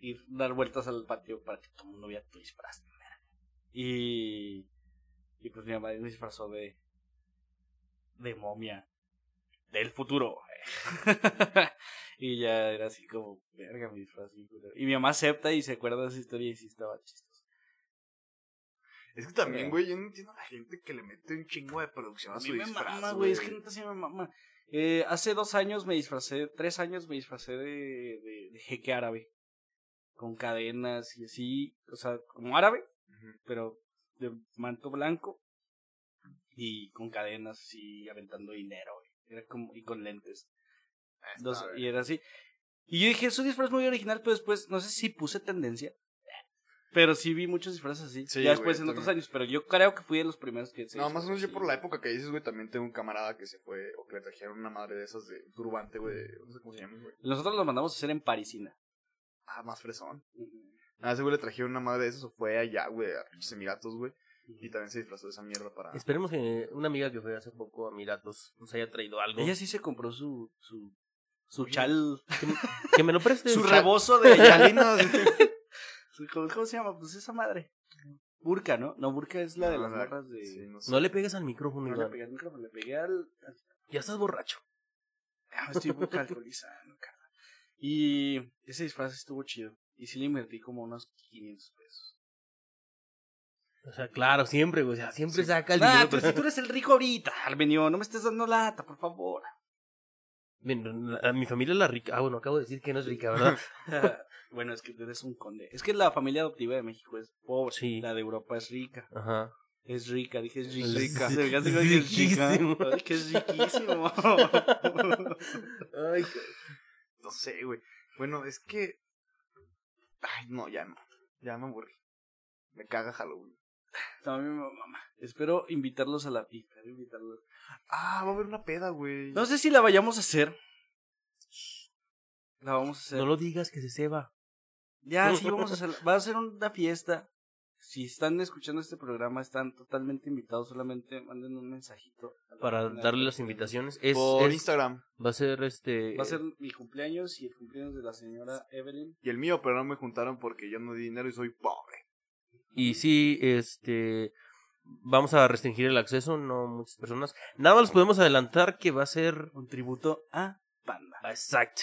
Speaker 1: Ir dar vueltas al patio para que todo el mundo vea tu disfraz. Y, y pues mi mamá me disfrazó de, de momia del futuro. y ya era así como, verga, mi disfraz. bien culero". Y mi mamá acepta y se acuerda de esa historia y sí estaba chistoso.
Speaker 3: Es que también, güey, yo no entiendo a la gente que le mete un chingo de producción a
Speaker 1: A
Speaker 3: su
Speaker 1: mí me
Speaker 3: disfraz.
Speaker 1: mama, güey. Es que neta sí me mama. Eh, hace dos años me disfracé, tres años me disfracé de, de, de jeque árabe. Con cadenas y así. O sea, como árabe,
Speaker 3: Ujú.
Speaker 1: pero de manto blanco. Y con cadenas así, aventando dinero, güey. Era como, y con lentes.
Speaker 3: Ah, está,
Speaker 1: Dos-
Speaker 3: güey.
Speaker 1: y era así. Y yo dije, es un disfraz muy original, pero después, no sé si puse tendencia. Pero sí vi muchos disfraces así.
Speaker 3: Sí,
Speaker 1: ya después
Speaker 3: güey,
Speaker 1: en
Speaker 3: yo
Speaker 1: otros
Speaker 3: también.
Speaker 1: años. Pero yo creo que fui de los primeros que se
Speaker 3: No, más o menos yo
Speaker 1: disfrazó
Speaker 3: por
Speaker 1: así.
Speaker 3: la época que dices, güey, también tengo un camarada que se fue o que le trajeron una madre de esas de turbante, güey. No sé cómo se llama, güey.
Speaker 1: Nosotros los mandamos a hacer en Parisina.
Speaker 3: Ah, más fresón. A ese güey le trajeron una madre de esas o fue allá, güey, a pinches Emiratos, güey. Y también se disfrazó de esa mierda para.
Speaker 2: Esperemos que una amiga que fue hace poco a Miratos nos haya traído algo.
Speaker 1: Ella sí se compró su, su, su chal,
Speaker 2: Que, me- que me lo preste.
Speaker 1: su
Speaker 2: O sea,
Speaker 1: rebozo de su- ¿Cómo, cómo se llama? Pues esa madre. Burka, ¿no? No, Burka es la de
Speaker 3: Ah,
Speaker 1: las
Speaker 3: la-
Speaker 1: morras de...
Speaker 3: Sí, no sé.
Speaker 2: No le pegues al micrófono,
Speaker 1: No le
Speaker 2: Iván.
Speaker 1: pegué al micrófono, le pegué al...
Speaker 2: Ya estás borracho.
Speaker 1: Ah, me estoy burka alcoholizando, cara. Y ese disfraz estuvo chido. Y sí le invertí como unos 500 pesos.
Speaker 2: O sea, claro, siempre, güey. O sea, siempre saca el
Speaker 1: Ah,
Speaker 2: dinero.
Speaker 1: pero
Speaker 2: pero-
Speaker 1: si tú eres el rico ahorita, Armenio, no me estés dando lata, por favor.
Speaker 2: Bien, la- mi familia es la rica. Ah, bueno, acabo de decir que no es rica, ¿verdad?
Speaker 1: bueno, es que tú eres un conde. Es que la familia adoptiva de México es pobre.
Speaker 2: Sí.
Speaker 1: La de Europa es rica.
Speaker 2: Ajá.
Speaker 1: Es rica, dije es
Speaker 2: Es
Speaker 1: rica.
Speaker 2: rica.
Speaker 1: Se me hace que dije, es rica.
Speaker 2: Riquísimo.
Speaker 1: Ay, que es riquísimo.
Speaker 2: Ay,
Speaker 3: No sé, güey. Bueno, es que. Ay, no, ya no. Ya me aburrí. Me caga Halloween.
Speaker 1: También mi mamá. Espero invitarlos a la pista. Invitarlos.
Speaker 3: Ah, va a haber una peda, güey.
Speaker 1: No sé si la vayamos a hacer. La vamos a hacer.
Speaker 2: no lo digas que se ceba.
Speaker 1: Ya, sí, vamos a hacer. Va a ser una fiesta. Si están escuchando este programa, están totalmente invitados. Solamente manden un mensajito. a la
Speaker 2: Para
Speaker 1: página
Speaker 2: darle
Speaker 1: de-
Speaker 2: las invitaciones. Es,
Speaker 3: Por
Speaker 2: es-
Speaker 3: Instagram.
Speaker 2: Va a ser este.
Speaker 1: Va a ser mi cumpleaños y el cumpleaños de la señora Evelyn.
Speaker 3: Y el mío, pero no me juntaron porque yo no di dinero y soy pobre.
Speaker 2: Y sí, este. Vamos a restringir el acceso, no muchas personas. Nada más podemos adelantar que va a ser.
Speaker 1: Un tributo a Panda.
Speaker 2: Exacto.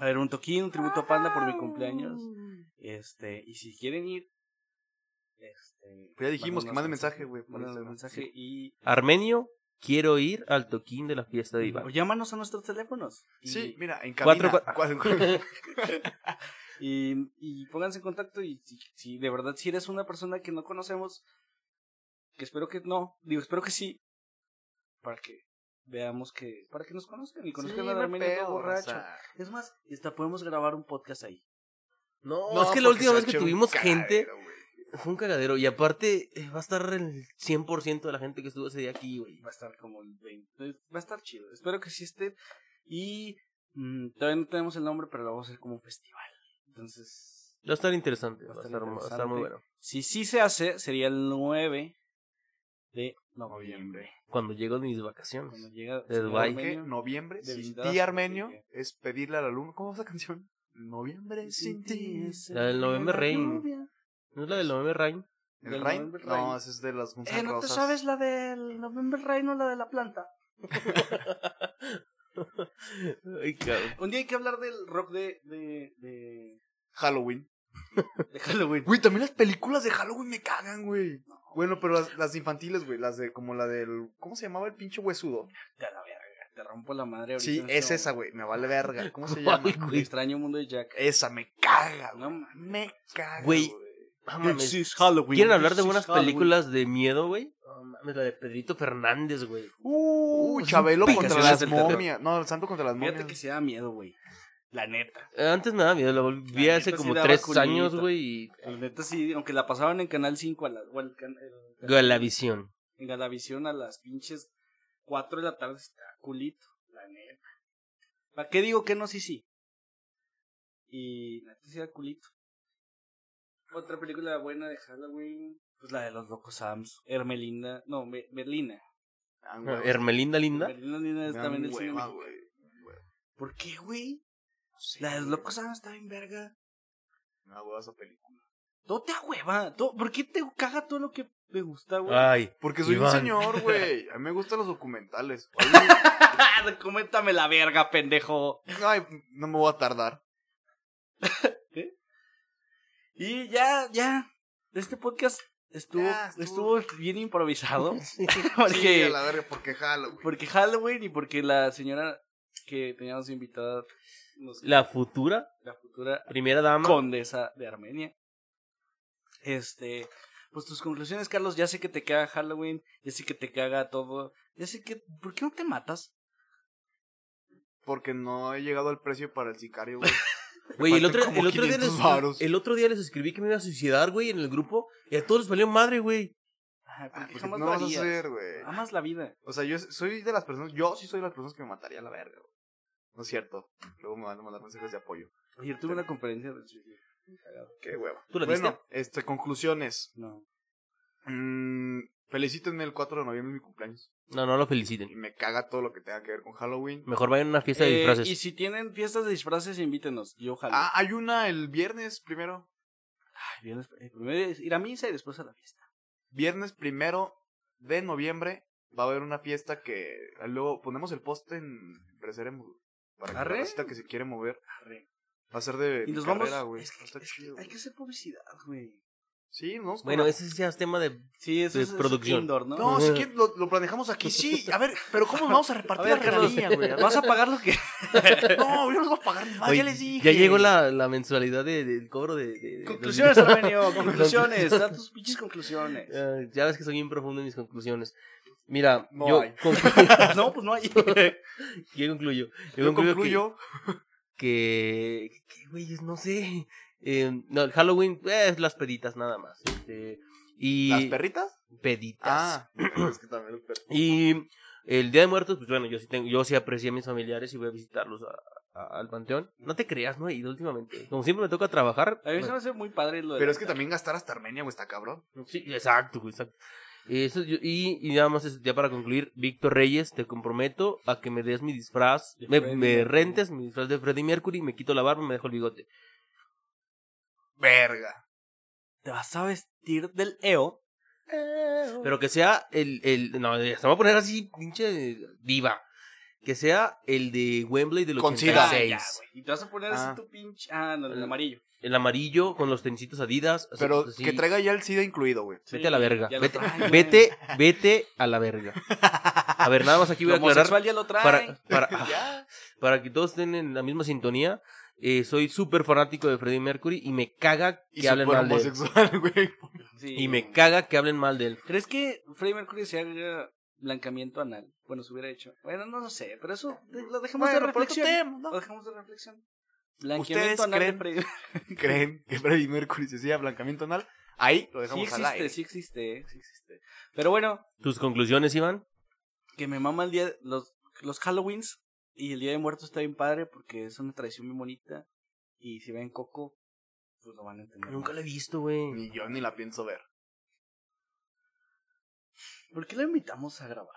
Speaker 1: A ver, un toquín, un tributo a Panda por mi cumpleaños. Este, y si quieren ir, este.
Speaker 3: Pues ya dijimos que mande
Speaker 1: mándenos
Speaker 3: mensaje, güey, por
Speaker 1: Mándenos
Speaker 3: Instagram.
Speaker 1: mensaje y.
Speaker 2: Armenio, quiero ir al toquín de la fiesta de
Speaker 1: O
Speaker 2: Iván.
Speaker 1: llámanos a nuestros teléfonos. Y-
Speaker 3: Sí, mira, en
Speaker 2: Cuatro,
Speaker 3: cabina.
Speaker 2: cua-
Speaker 3: Cuatro, cua-
Speaker 1: Y, y pónganse en contacto y si, si de verdad si eres una persona que no conocemos, que espero que no, digo, espero que sí, para que veamos que, para que nos conozcan y conozcan
Speaker 3: Sí,
Speaker 1: a
Speaker 3: no hay
Speaker 1: Armenio todo
Speaker 3: pedo,
Speaker 1: borracho.
Speaker 3: raza.
Speaker 1: Es más, hasta podemos grabar un podcast ahí.
Speaker 2: No,
Speaker 3: No,
Speaker 2: es que la
Speaker 3: porque
Speaker 2: última
Speaker 3: se
Speaker 2: vez
Speaker 3: ha
Speaker 2: que
Speaker 3: hecho un
Speaker 2: tuvimos gente
Speaker 3: cagadero, güey.
Speaker 2: fue un cagadero. Y aparte, eh, va a estar el 100% de la gente que estuvo ese día aquí, güey.
Speaker 1: Va a estar como el 20, va a estar chido. Espero que sí esté. Y mm, todavía no tenemos el nombre, pero lo vamos a hacer como un festival. Entonces,
Speaker 2: Va a estar interesante,
Speaker 1: Va
Speaker 2: va
Speaker 1: a
Speaker 2: a
Speaker 1: estar
Speaker 2: estar, va a estar muy bueno.
Speaker 1: si sí se hace, sería el 9 de noviembre.
Speaker 2: Cuando llego de mis
Speaker 1: Cuando
Speaker 2: vacaciones.
Speaker 1: llega
Speaker 2: De Dubái.
Speaker 3: Porque
Speaker 1: Armenio.
Speaker 3: noviembre
Speaker 1: de
Speaker 3: sin
Speaker 1: visitadas
Speaker 3: ti,
Speaker 1: a
Speaker 3: Armenio,
Speaker 1: África.
Speaker 3: es pedirle a la luna. ¿Cómo va esa canción? Noviembre sin ti. es
Speaker 2: La del Novembre Rey. ¿No es la del November Rain?
Speaker 3: ¿El
Speaker 1: Del
Speaker 3: Rain?
Speaker 1: November Rain.
Speaker 3: No, ese es de las
Speaker 1: Eh,
Speaker 3: Guns
Speaker 1: ¿no te sabes la del November Rain o la de la planta?
Speaker 2: Ay, cabrón.
Speaker 1: Un día hay que hablar del rock de, de, de,
Speaker 3: Halloween.
Speaker 1: de Halloween.
Speaker 3: Güey, también las películas de Halloween me cagan, güey. Bueno, pero las, las infantiles, güey, las de como la del... ¿Cómo se llamaba el pinche huesudo?
Speaker 1: Te la verga, te rompo la madre ahorita.
Speaker 3: Sí,
Speaker 1: en este
Speaker 3: es esa,
Speaker 1: momento.
Speaker 3: güey, me vale verga. ¿Cómo se
Speaker 2: ¿Cuál,
Speaker 3: llama?
Speaker 1: El extraño mundo de Jack.
Speaker 3: Esa me caga, güey.
Speaker 1: No mames.
Speaker 3: Me caga,
Speaker 2: Güey.
Speaker 3: güey.
Speaker 2: Ah, mames.
Speaker 6: This is Halloween.
Speaker 2: ¿Quieren hablar
Speaker 6: This
Speaker 2: de
Speaker 6: is
Speaker 2: buenas
Speaker 6: Halloween.
Speaker 2: películas de miedo, güey? No mames, la de Pedrito Fernández, güey.
Speaker 3: Uh,
Speaker 2: Uh,
Speaker 3: Chabelo
Speaker 2: son
Speaker 3: contra
Speaker 2: picaciones
Speaker 3: las
Speaker 2: del terror.
Speaker 3: momias. No, el santo contra las
Speaker 1: Fíjate
Speaker 3: momias.
Speaker 1: que se da miedo, güey. La neta.
Speaker 2: Eh, Antes me daba miedo, la vi
Speaker 1: La
Speaker 2: hace
Speaker 1: neta sí
Speaker 2: como
Speaker 1: daba
Speaker 2: tres
Speaker 1: culita.
Speaker 2: años, güey, y...
Speaker 1: La neta sí, aunque la pasaban en Canal 5 a la, o al can- el-
Speaker 2: Galavisión.
Speaker 1: en Galavisión a las pinches 4 de la tarde está culito, la neta. ¿Para qué digo que no? Sí, sí. Y la neta sí era culito. Otra película buena de Halloween, pues la de los locos Sams, Hermelinda, no, Me- Merlina.
Speaker 3: Ah, güey.
Speaker 2: Hermelinda Linda.
Speaker 1: Merlina Linda es
Speaker 3: Me dan
Speaker 1: también del cine.
Speaker 3: hueva,
Speaker 1: mexicano.
Speaker 3: güey.
Speaker 1: ¿Por qué, güey?
Speaker 3: Sí,
Speaker 1: La de los
Speaker 3: güey.
Speaker 1: locos Sams está bien verga.
Speaker 3: Me da hueva esa película.
Speaker 1: No te ahueva, todo- ¿por qué te caga todo lo que me gusta, güey?
Speaker 2: Ay,
Speaker 3: Porque soy un
Speaker 2: Iván.
Speaker 3: señor, güey. A mí me gustan los documentales.
Speaker 1: Coméntame la verga, pendejo.
Speaker 3: Ay, no me voy a tardar.
Speaker 1: Y ya, ya. Este podcast estuvo,
Speaker 3: Ya,
Speaker 1: estuvo.
Speaker 3: estuvo-
Speaker 1: bien improvisado.
Speaker 3: Sí, a
Speaker 1: porque,
Speaker 3: la verga, porque Halloween.
Speaker 1: porque Halloween y porque la señora que teníamos invitada, nos-
Speaker 2: la futura
Speaker 1: la futura
Speaker 2: primera dama.
Speaker 1: condesa de Armenia. Este, pues tus conclusiones, Carlos. Ya sé que te caga Halloween, ya sé que te caga todo. Ya sé que. ¿Por qué no te matas?
Speaker 3: Porque no he llegado al precio para el sicario, güey.
Speaker 2: Güey, el
Speaker 3: Faltan
Speaker 2: otro,
Speaker 3: como
Speaker 2: el, otro día
Speaker 3: 500
Speaker 2: les,
Speaker 3: varos.
Speaker 2: el otro día les escribí que me iba a suicidar, güey, en el grupo. Y a todos les valió madre, güey.
Speaker 1: Ay, ¿por
Speaker 3: Ah,
Speaker 1: qué
Speaker 3: porque
Speaker 1: jamás
Speaker 3: no
Speaker 1: lo
Speaker 3: vas a
Speaker 1: harías?
Speaker 3: hacer, güey.
Speaker 1: Amas la vida.
Speaker 3: O sea, yo soy de las personas. Yo sí soy de las personas que me mataría a la verga, güey. No es cierto. Luego me van a mandar mensajes de apoyo.
Speaker 1: Ayer tuve una conferencia del suicidio. Cagado.
Speaker 3: Qué hueva.
Speaker 2: ¿Tú la
Speaker 3: bueno,
Speaker 2: diste?
Speaker 3: este, conclusiones.
Speaker 1: No.
Speaker 3: Mm, felicítenme el 4 de noviembre, mi cumpleaños.
Speaker 2: No, no lo
Speaker 3: Y
Speaker 2: feliciten.
Speaker 3: me caga todo lo que tenga que ver con Halloween.
Speaker 2: Mejor vayan a una fiesta de
Speaker 1: Eh,
Speaker 2: disfraces.
Speaker 1: y si tienen fiestas de disfraces, invítenos. Yo ojalá.
Speaker 3: Ah, hay una el viernes primero.
Speaker 1: Ay, viernes- eh, primero es ir a misa y después a la fiesta.
Speaker 3: Viernes primero de noviembre va a haber una fiesta que luego ponemos el post en Preseremos güey, para que la
Speaker 1: Arre.
Speaker 3: racita que se quiere mover
Speaker 1: Arre.
Speaker 3: va a ser de
Speaker 1: Y nos
Speaker 3: carrera,
Speaker 1: vamos.
Speaker 3: güey.
Speaker 1: es que-
Speaker 3: Va a estar
Speaker 1: es que
Speaker 3: chido,
Speaker 1: hay
Speaker 3: güey.
Speaker 1: que hacer publicidad, güey.
Speaker 3: Sí, nos vamos con
Speaker 2: Bueno,
Speaker 3: la-
Speaker 2: ese ya es tema de...
Speaker 1: Sí, eso
Speaker 2: De
Speaker 1: es, eso es
Speaker 2: producción.
Speaker 1: indoor, ¿no?
Speaker 3: No, si quieres lo, lo planejamos aquí, sí. A ver, pero ¿cómo nos vamos a
Speaker 1: A
Speaker 3: repartir
Speaker 1: ver,
Speaker 3: la
Speaker 1: Carlos,
Speaker 3: regalía, güey? A ver.
Speaker 1: ¿vas a pagar lo que
Speaker 3: No, yo no los voy a pagar ni más,
Speaker 2: Oye,
Speaker 3: Ah, ya les dije.
Speaker 2: ya llegó la, la mensualidad de- del cobro de... de- de-
Speaker 1: Conclusiones, Armenio, conclusiones, da tus pinches conclusiones.
Speaker 2: Eh, ya ves que soy bien profundo en mis conclusiones. Mira,
Speaker 3: No
Speaker 2: yo,
Speaker 3: hay.
Speaker 2: conclu-
Speaker 1: No, pues no hay.
Speaker 2: yo concluyo. Yo, concluyo,
Speaker 3: Yo concluyo.
Speaker 2: que... que- que, güey, no sé. Eh, no, el Halloween eh, es las peditas nada más. Este, y...
Speaker 3: ¿Las perritas?
Speaker 2: Peditas.
Speaker 3: Ah, es que también los perros.
Speaker 2: Y el Día de Muertos, pues bueno, yo sí tengo, yo sí aprecié a mis familiares y voy a visitarlos a- a- al panteón. No te creas, no he ido últimamente. Como siempre me toca trabajar.
Speaker 1: A mí se me hace muy padre lo de.
Speaker 3: Pero es que también gastar hasta Armenia, güey, está cabrón.
Speaker 2: Sí, exacto, güey, exacto. Eh, Eso, yo- y, y nada más, eso, ya para concluir, Víctor Reyes, te comprometo a que me des mi disfraz,
Speaker 1: De
Speaker 2: me,
Speaker 1: Freddie
Speaker 2: me
Speaker 1: Mercury.
Speaker 2: rentes mi disfraz de Freddie Mercury, me quito la barba, me dejo el bigote.
Speaker 3: Verga.
Speaker 1: Te vas a vestir del EO.
Speaker 2: Pero que sea el, el no, eh, se va a poner así, pinche diva. Que sea el de Wembley del
Speaker 3: Con sida.
Speaker 1: Ah,
Speaker 2: 86.
Speaker 1: ya, güey. Y te vas a poner
Speaker 3: Ah.
Speaker 1: así tu pinche. Ah, no, el amarillo.
Speaker 2: el amarillo con los tenisitos Adidas. así-
Speaker 3: Pero
Speaker 2: así.
Speaker 3: que traiga ya el SIDA incluido, güey.
Speaker 2: Vete a la verga.
Speaker 1: ya lo
Speaker 2: Vete,
Speaker 1: traen, güey.
Speaker 2: vete, vete a la verga. A ver, nada más aquí voy a
Speaker 1: Lo homosexual
Speaker 2: aclarar.
Speaker 1: ya lo trae.
Speaker 2: Para, para, para que todos estén en la misma sintonía. eh, soy súper fanático de Freddie Mercury y me caga
Speaker 3: Y
Speaker 2: que hablen
Speaker 3: súper
Speaker 2: mal de él.
Speaker 3: homosexual, güey.
Speaker 1: Sí.
Speaker 2: Y me caga que hablen mal de él.
Speaker 1: ¿Crees que Freddie Mercury se haga blancamiento anal? Bueno, se hubiera hecho. Bueno, no lo sé, pero eso de- lo dejamos de
Speaker 3: Bueno, por otro
Speaker 1: reflexión.
Speaker 3: tema, ¿no?
Speaker 1: Lo dejamos de reflexión. Blanqueamiento
Speaker 3: ¿Ustedes
Speaker 1: anal de
Speaker 3: creen?
Speaker 1: Freddie
Speaker 3: ¿Creen que Freddie Mercury se hacía blancamiento anal? Ahí lo
Speaker 1: Sí
Speaker 3: dejamos al
Speaker 1: existe,
Speaker 3: aire.
Speaker 1: sí existe, eh, sí existe. Pero bueno,
Speaker 2: ¿Tus conclusiones, Iván?
Speaker 1: que me mama el día, los, los Halloweens y el Día de Muertos está bien padre porque es una tradición muy bonita. Y si ven Coco, pues lo van a entender.
Speaker 2: Nunca
Speaker 1: más.
Speaker 2: lo he visto, güey.
Speaker 3: Ni yo ni la pienso ver.
Speaker 1: ¿Por qué lo invitamos a grabar?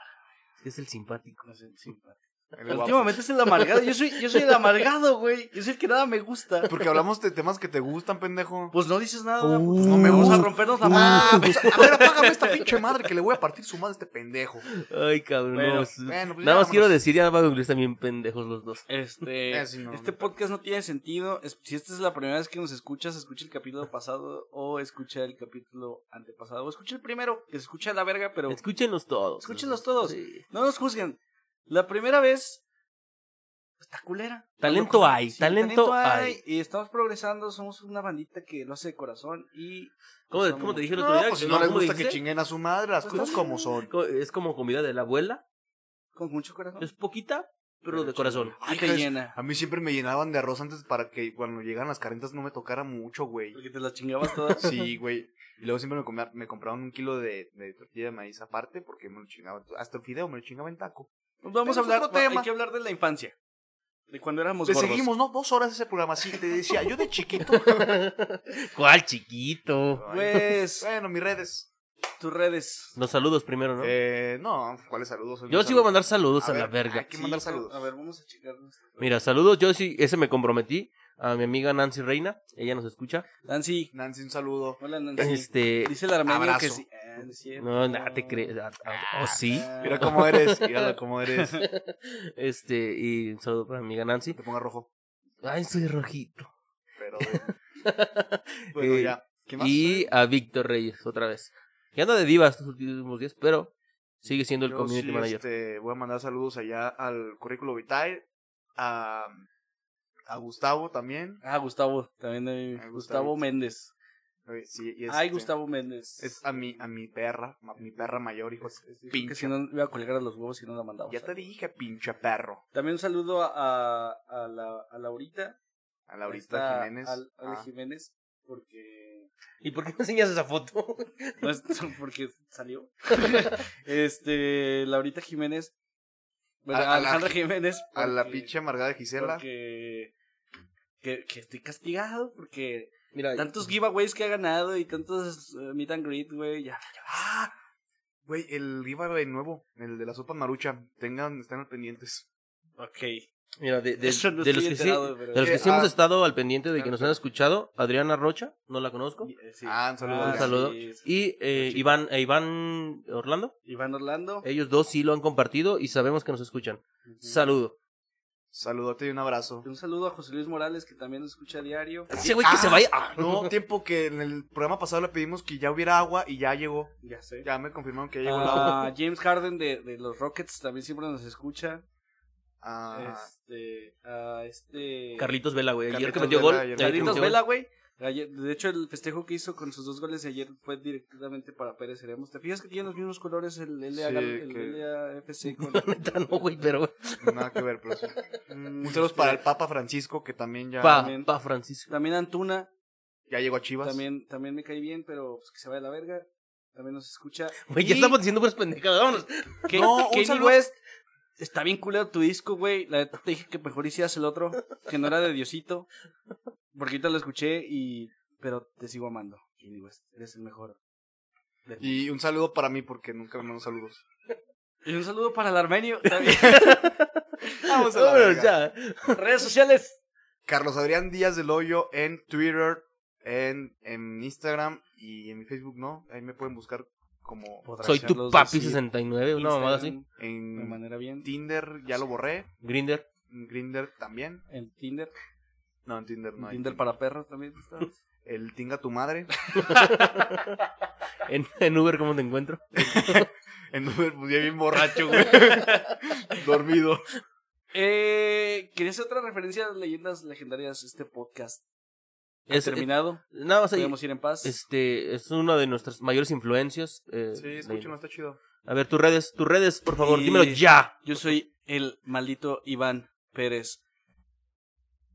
Speaker 2: Es el simpático.
Speaker 1: No sé, sí, padre.
Speaker 3: El guapo.
Speaker 1: Últimamente es el amargado. Yo soy, yo soy el amargado, güey. Yo soy el que nada me gusta.
Speaker 3: Porque hablamos de temas que te gustan, pendejo.
Speaker 1: Pues no dices nada.
Speaker 2: Uh,
Speaker 1: pues no me gusta
Speaker 3: uh,
Speaker 1: rompernos la
Speaker 3: Ah,
Speaker 1: madre.
Speaker 3: pues, a ver, apágame esta pinche madre que le voy a partir su madre a este pendejo.
Speaker 2: Ay, cabrón.
Speaker 1: Bueno,
Speaker 2: no, es-
Speaker 3: Bueno, pues ya
Speaker 2: nada más
Speaker 3: vámonos.
Speaker 2: quiero decir, ya va a concluir también pendejos los dos.
Speaker 1: Este,
Speaker 3: Eh, sí, no,
Speaker 1: este
Speaker 3: no.
Speaker 1: podcast no tiene sentido. Es- si esta es la primera vez que nos escuchas, escucha el capítulo pasado o escucha el capítulo antepasado. O escucha el primero, que se escucha a la verga, pero
Speaker 2: Escúchenos todos.
Speaker 1: Escúchenlos todos.
Speaker 2: Sí.
Speaker 1: no nos juzguen. La primera vez pues, está culera.
Speaker 2: Talento
Speaker 1: Cuando-
Speaker 2: hay, talento hay.
Speaker 1: Y estamos progresando, somos una bandita que lo hace de corazón y...
Speaker 2: ¿Cómo,
Speaker 1: Pues,
Speaker 2: cómo te
Speaker 1: vamos.
Speaker 2: dije el otro
Speaker 3: No,
Speaker 2: día?
Speaker 3: pues si no les
Speaker 2: ¿Cómo
Speaker 3: gusta que
Speaker 2: dijiste?
Speaker 3: chinguen a su madre, las
Speaker 1: Pues
Speaker 3: cosas
Speaker 1: no.
Speaker 3: como son.
Speaker 2: Co- Es como comida de la abuela,
Speaker 1: Con mucho corazón.
Speaker 2: es poquita, pero de corazón.
Speaker 1: Ay,
Speaker 3: Ay,
Speaker 1: te
Speaker 3: pues,
Speaker 1: llena.
Speaker 3: A mí siempre me llenaban de arroz antes para que cuando llegaran las carentas no me tocara mucho, güey.
Speaker 1: Porque te la chingabas toda.
Speaker 3: Sí, güey. Y luego siempre me, comía- me compraban un kilo de, de tortilla de maíz aparte porque me lo chingaban. Hasta el fideo me lo chingaba en taco.
Speaker 1: Pues Vamos a
Speaker 3: Pero es
Speaker 1: hablar,
Speaker 3: otro
Speaker 1: hay
Speaker 3: tema.
Speaker 1: que hablar de la infancia. De cuando éramos
Speaker 3: Le
Speaker 1: gordos.
Speaker 3: seguimos, ¿no? Dos horas ese programa. Sí, te decía, yo de chiquito.
Speaker 2: ¿Cuál chiquito?
Speaker 1: Pues,
Speaker 3: Bueno, mis redes.
Speaker 1: tus redes.
Speaker 2: Los saludos primero, ¿no?
Speaker 3: Eh, no, ¿cuáles saludos?
Speaker 2: yo sí voy a mandar saludos
Speaker 3: Pues, A
Speaker 2: a,
Speaker 3: ver,
Speaker 2: la verga.
Speaker 3: hay que mandar
Speaker 1: Sí,
Speaker 3: saludos.
Speaker 1: A ver, vamos a checar.
Speaker 2: Mira, saludos, yo sí, ese me comprometí a mi amiga Nancy Reina, ella nos escucha.
Speaker 1: Nancy.
Speaker 3: Nancy, un saludo.
Speaker 1: Hola, Nancy.
Speaker 2: Este,
Speaker 1: Dice la armenia
Speaker 3: abrazo.
Speaker 1: que sí. Ah, es cierto.
Speaker 2: no, nada te crees. ah, ah, ¿O sí?
Speaker 1: Ah,
Speaker 3: Mira cómo eres, míralo cómo eres. Te
Speaker 2: Este, y un saludo para mi amiga Nancy.
Speaker 3: pongo rojo.
Speaker 2: Ay, soy rojito.
Speaker 3: Pero eh, bueno,
Speaker 2: Eh,
Speaker 3: ya. ¿Qué más?
Speaker 2: Y a Víctor Reyes, otra vez. Que anda de diva estos últimos días, pero sigue siendo el
Speaker 3: Yo
Speaker 2: community
Speaker 3: sí,
Speaker 2: manager.
Speaker 3: este, voy a mandar saludos allá al currículo vitae, a, a Gustavo también.
Speaker 1: Ah, Gustavo. También hay
Speaker 3: Ah, Gustavito.
Speaker 1: Gustavo Méndez.
Speaker 3: Eh, Sí, y
Speaker 1: Ay,
Speaker 3: este,
Speaker 1: Gustavo Méndez.
Speaker 3: Es a mi, a mi perra, a mi perra mayor, hijo. de-
Speaker 1: Dijo
Speaker 3: pinche.
Speaker 1: Que si no, iba a colgar a los huevos si no la mandaba.
Speaker 3: Ya te dije, pinche perro.
Speaker 1: También un saludo a, a, la, a Laurita.
Speaker 3: A Laurita Jiménez.
Speaker 1: Al, a la
Speaker 3: Ah.
Speaker 1: Jiménez, porque.
Speaker 2: ¿Y por qué no enseñas esa foto?
Speaker 1: no es- porque salió. este, Laurita Jiménez. Bueno,
Speaker 3: A- a la-
Speaker 1: Alejandra Jiménez.
Speaker 3: A la
Speaker 1: porque-
Speaker 3: pinche amargada de Gisela.
Speaker 1: Porque. Que, que estoy castigado porque
Speaker 2: Mira,
Speaker 1: tantos giveaways que ha ganado y tantos eh, meet and greet, güey. Ya,
Speaker 3: ¡Ah! Güey, el giveaway nuevo, el de la sopa marucha. Tengan, estén al pendientes.
Speaker 1: ok.
Speaker 2: mira, de, de-
Speaker 1: Eso no
Speaker 2: de los
Speaker 1: estoy
Speaker 2: que sí,
Speaker 1: enterado, pero-
Speaker 2: de los que sí
Speaker 3: Eh,
Speaker 2: hemos
Speaker 3: ah.
Speaker 2: estado al pendiente de que
Speaker 3: Claro.
Speaker 2: nos han escuchado, Adriana Rocha, no la conozco,
Speaker 1: Sí.
Speaker 3: Ah, un saludo.
Speaker 1: Ah,
Speaker 2: un saludo.
Speaker 1: sí, sí.
Speaker 2: y eh,
Speaker 1: chica.
Speaker 2: Iván, e Iván Orlando,
Speaker 1: Iván Orlando.
Speaker 2: ellos dos sí lo han compartido y sabemos que nos escuchan.
Speaker 1: Ujú.
Speaker 2: Saludo.
Speaker 3: Saludote y un abrazo.
Speaker 1: Un saludo a José Luis Morales que también lo escucha a diario.
Speaker 2: Ese güey que se vaya.
Speaker 3: Ah, No, tiempo que en el programa pasado le pedimos que ya hubiera agua y ya llegó.
Speaker 1: Ya sé.
Speaker 3: Ya me confirmaron que ya llegó el agua.
Speaker 1: A James Harden de, de los Rockets también siempre nos escucha.
Speaker 3: Ah,
Speaker 1: Este, a este
Speaker 2: Carlitos Vela, güey. Ayer que
Speaker 3: Carlitos
Speaker 2: metió
Speaker 3: Vela,
Speaker 2: gol.
Speaker 3: ayer
Speaker 2: ayer que
Speaker 1: Carlitos
Speaker 2: metió
Speaker 1: Vela, güey. Ayer- De hecho, el festejo que hizo con sus dos goles de ayer fue directamente para Pérez Heremos. ¿Te fijas que tienen los mismos colores el, LA,
Speaker 3: Sí,
Speaker 1: el
Speaker 3: que-
Speaker 1: LAFC con
Speaker 2: gol. Neta, no, güey, pero.
Speaker 3: nada que ver, pero sí.
Speaker 1: Mm,
Speaker 3: Un saludo para el Papa Francisco, que también ya,
Speaker 2: Pa,
Speaker 1: también.
Speaker 2: pa, Francisco.
Speaker 1: También Antuna,
Speaker 3: ya llegó a Chivas.
Speaker 1: también, también me cae bien, pero pues, que se vaya a la verga. También nos escucha.
Speaker 2: Güey, ya
Speaker 1: Y
Speaker 2: estamos diciendo puras pendejadas. Vámonos.
Speaker 1: Ke-
Speaker 3: No, un
Speaker 1: Kanye
Speaker 3: saludo-
Speaker 1: West, está bien culero tu disco, güey. La neta te dije que mejor hicieras el otro, que no era de Diosito. Porque ahorita lo escuché y... Pero te sigo amando, Kanye West. Eres el mejor.
Speaker 3: Y un saludo para mí, porque nunca me mandan saludos.
Speaker 1: Y un saludo para el armenio. también.
Speaker 3: Vamos a la
Speaker 2: Vámonos
Speaker 3: verga.
Speaker 2: ya.
Speaker 1: Redes sociales.
Speaker 3: Carlos Adrián Díaz del Hoyo en Twitter, en, en Instagram y en mi Facebook, ¿no? Ahí me pueden buscar como
Speaker 2: Soy tu papi 69, una mamada así.
Speaker 1: Instagram, De
Speaker 3: en
Speaker 1: manera bien.
Speaker 3: Tinder, ya lo borré.
Speaker 2: Grinder.
Speaker 3: En Grinder también.
Speaker 1: En Tinder.
Speaker 3: No, en Tinder no hay.
Speaker 1: Tinder para perros también. está.
Speaker 3: El Tinga tu madre.
Speaker 2: En, en Uber, ¿cómo te encuentro?
Speaker 3: En Uber, pues ya bien borracho, güey. Dormido.
Speaker 1: Eh, Quería hacer otra referencia a leyendas legendarias. Este podcast ha
Speaker 2: Es,
Speaker 1: terminado.
Speaker 2: es- nada más ahí.
Speaker 1: Podemos ir en paz.
Speaker 2: Este es una de nuestras mayores influencias. eh,
Speaker 3: Sí,
Speaker 2: de-
Speaker 3: escúchenlo, está chido.
Speaker 2: A ver, tus redes, tus redes, por favor,
Speaker 1: Y-
Speaker 2: dímelo ya.
Speaker 1: Yo soy el maldito Iván Pérez.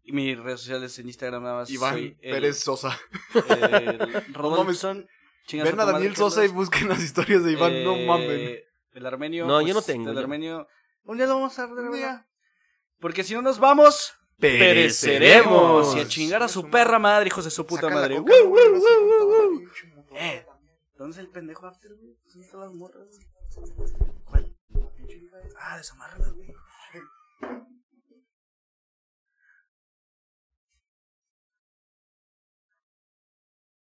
Speaker 1: Y mis redes sociales en Instagram nada más.
Speaker 3: Iván
Speaker 1: soy el-
Speaker 3: Pérez Sosa.
Speaker 1: el Rodolfson. chingas a
Speaker 3: Ven
Speaker 1: tu
Speaker 3: a
Speaker 1: madre,
Speaker 3: Daniel
Speaker 1: Carlos.
Speaker 3: Sosa y busquen las historias de Iván. No
Speaker 1: Eh,
Speaker 3: mamen.
Speaker 1: El armenio. pues,
Speaker 2: No, yo no tengo,
Speaker 1: El
Speaker 2: yo.
Speaker 1: armenio. Un día lo vamos a hablar,
Speaker 3: Un día.
Speaker 1: ¿verdad? Porque si no nos vamos, pereceremos.
Speaker 2: Pereceremos.
Speaker 1: Y a chingar a su perra madre, hijos de su puta
Speaker 3: Saca la
Speaker 1: madre.
Speaker 3: coca,
Speaker 1: ¡Woo!
Speaker 3: no, güey, no se me antoja, pinche
Speaker 1: Eh, ¿Dónde es el pendejo after, güey? ¿Dónde están las morras? güey? ¿Cuál? Ah, desamárrala, güey.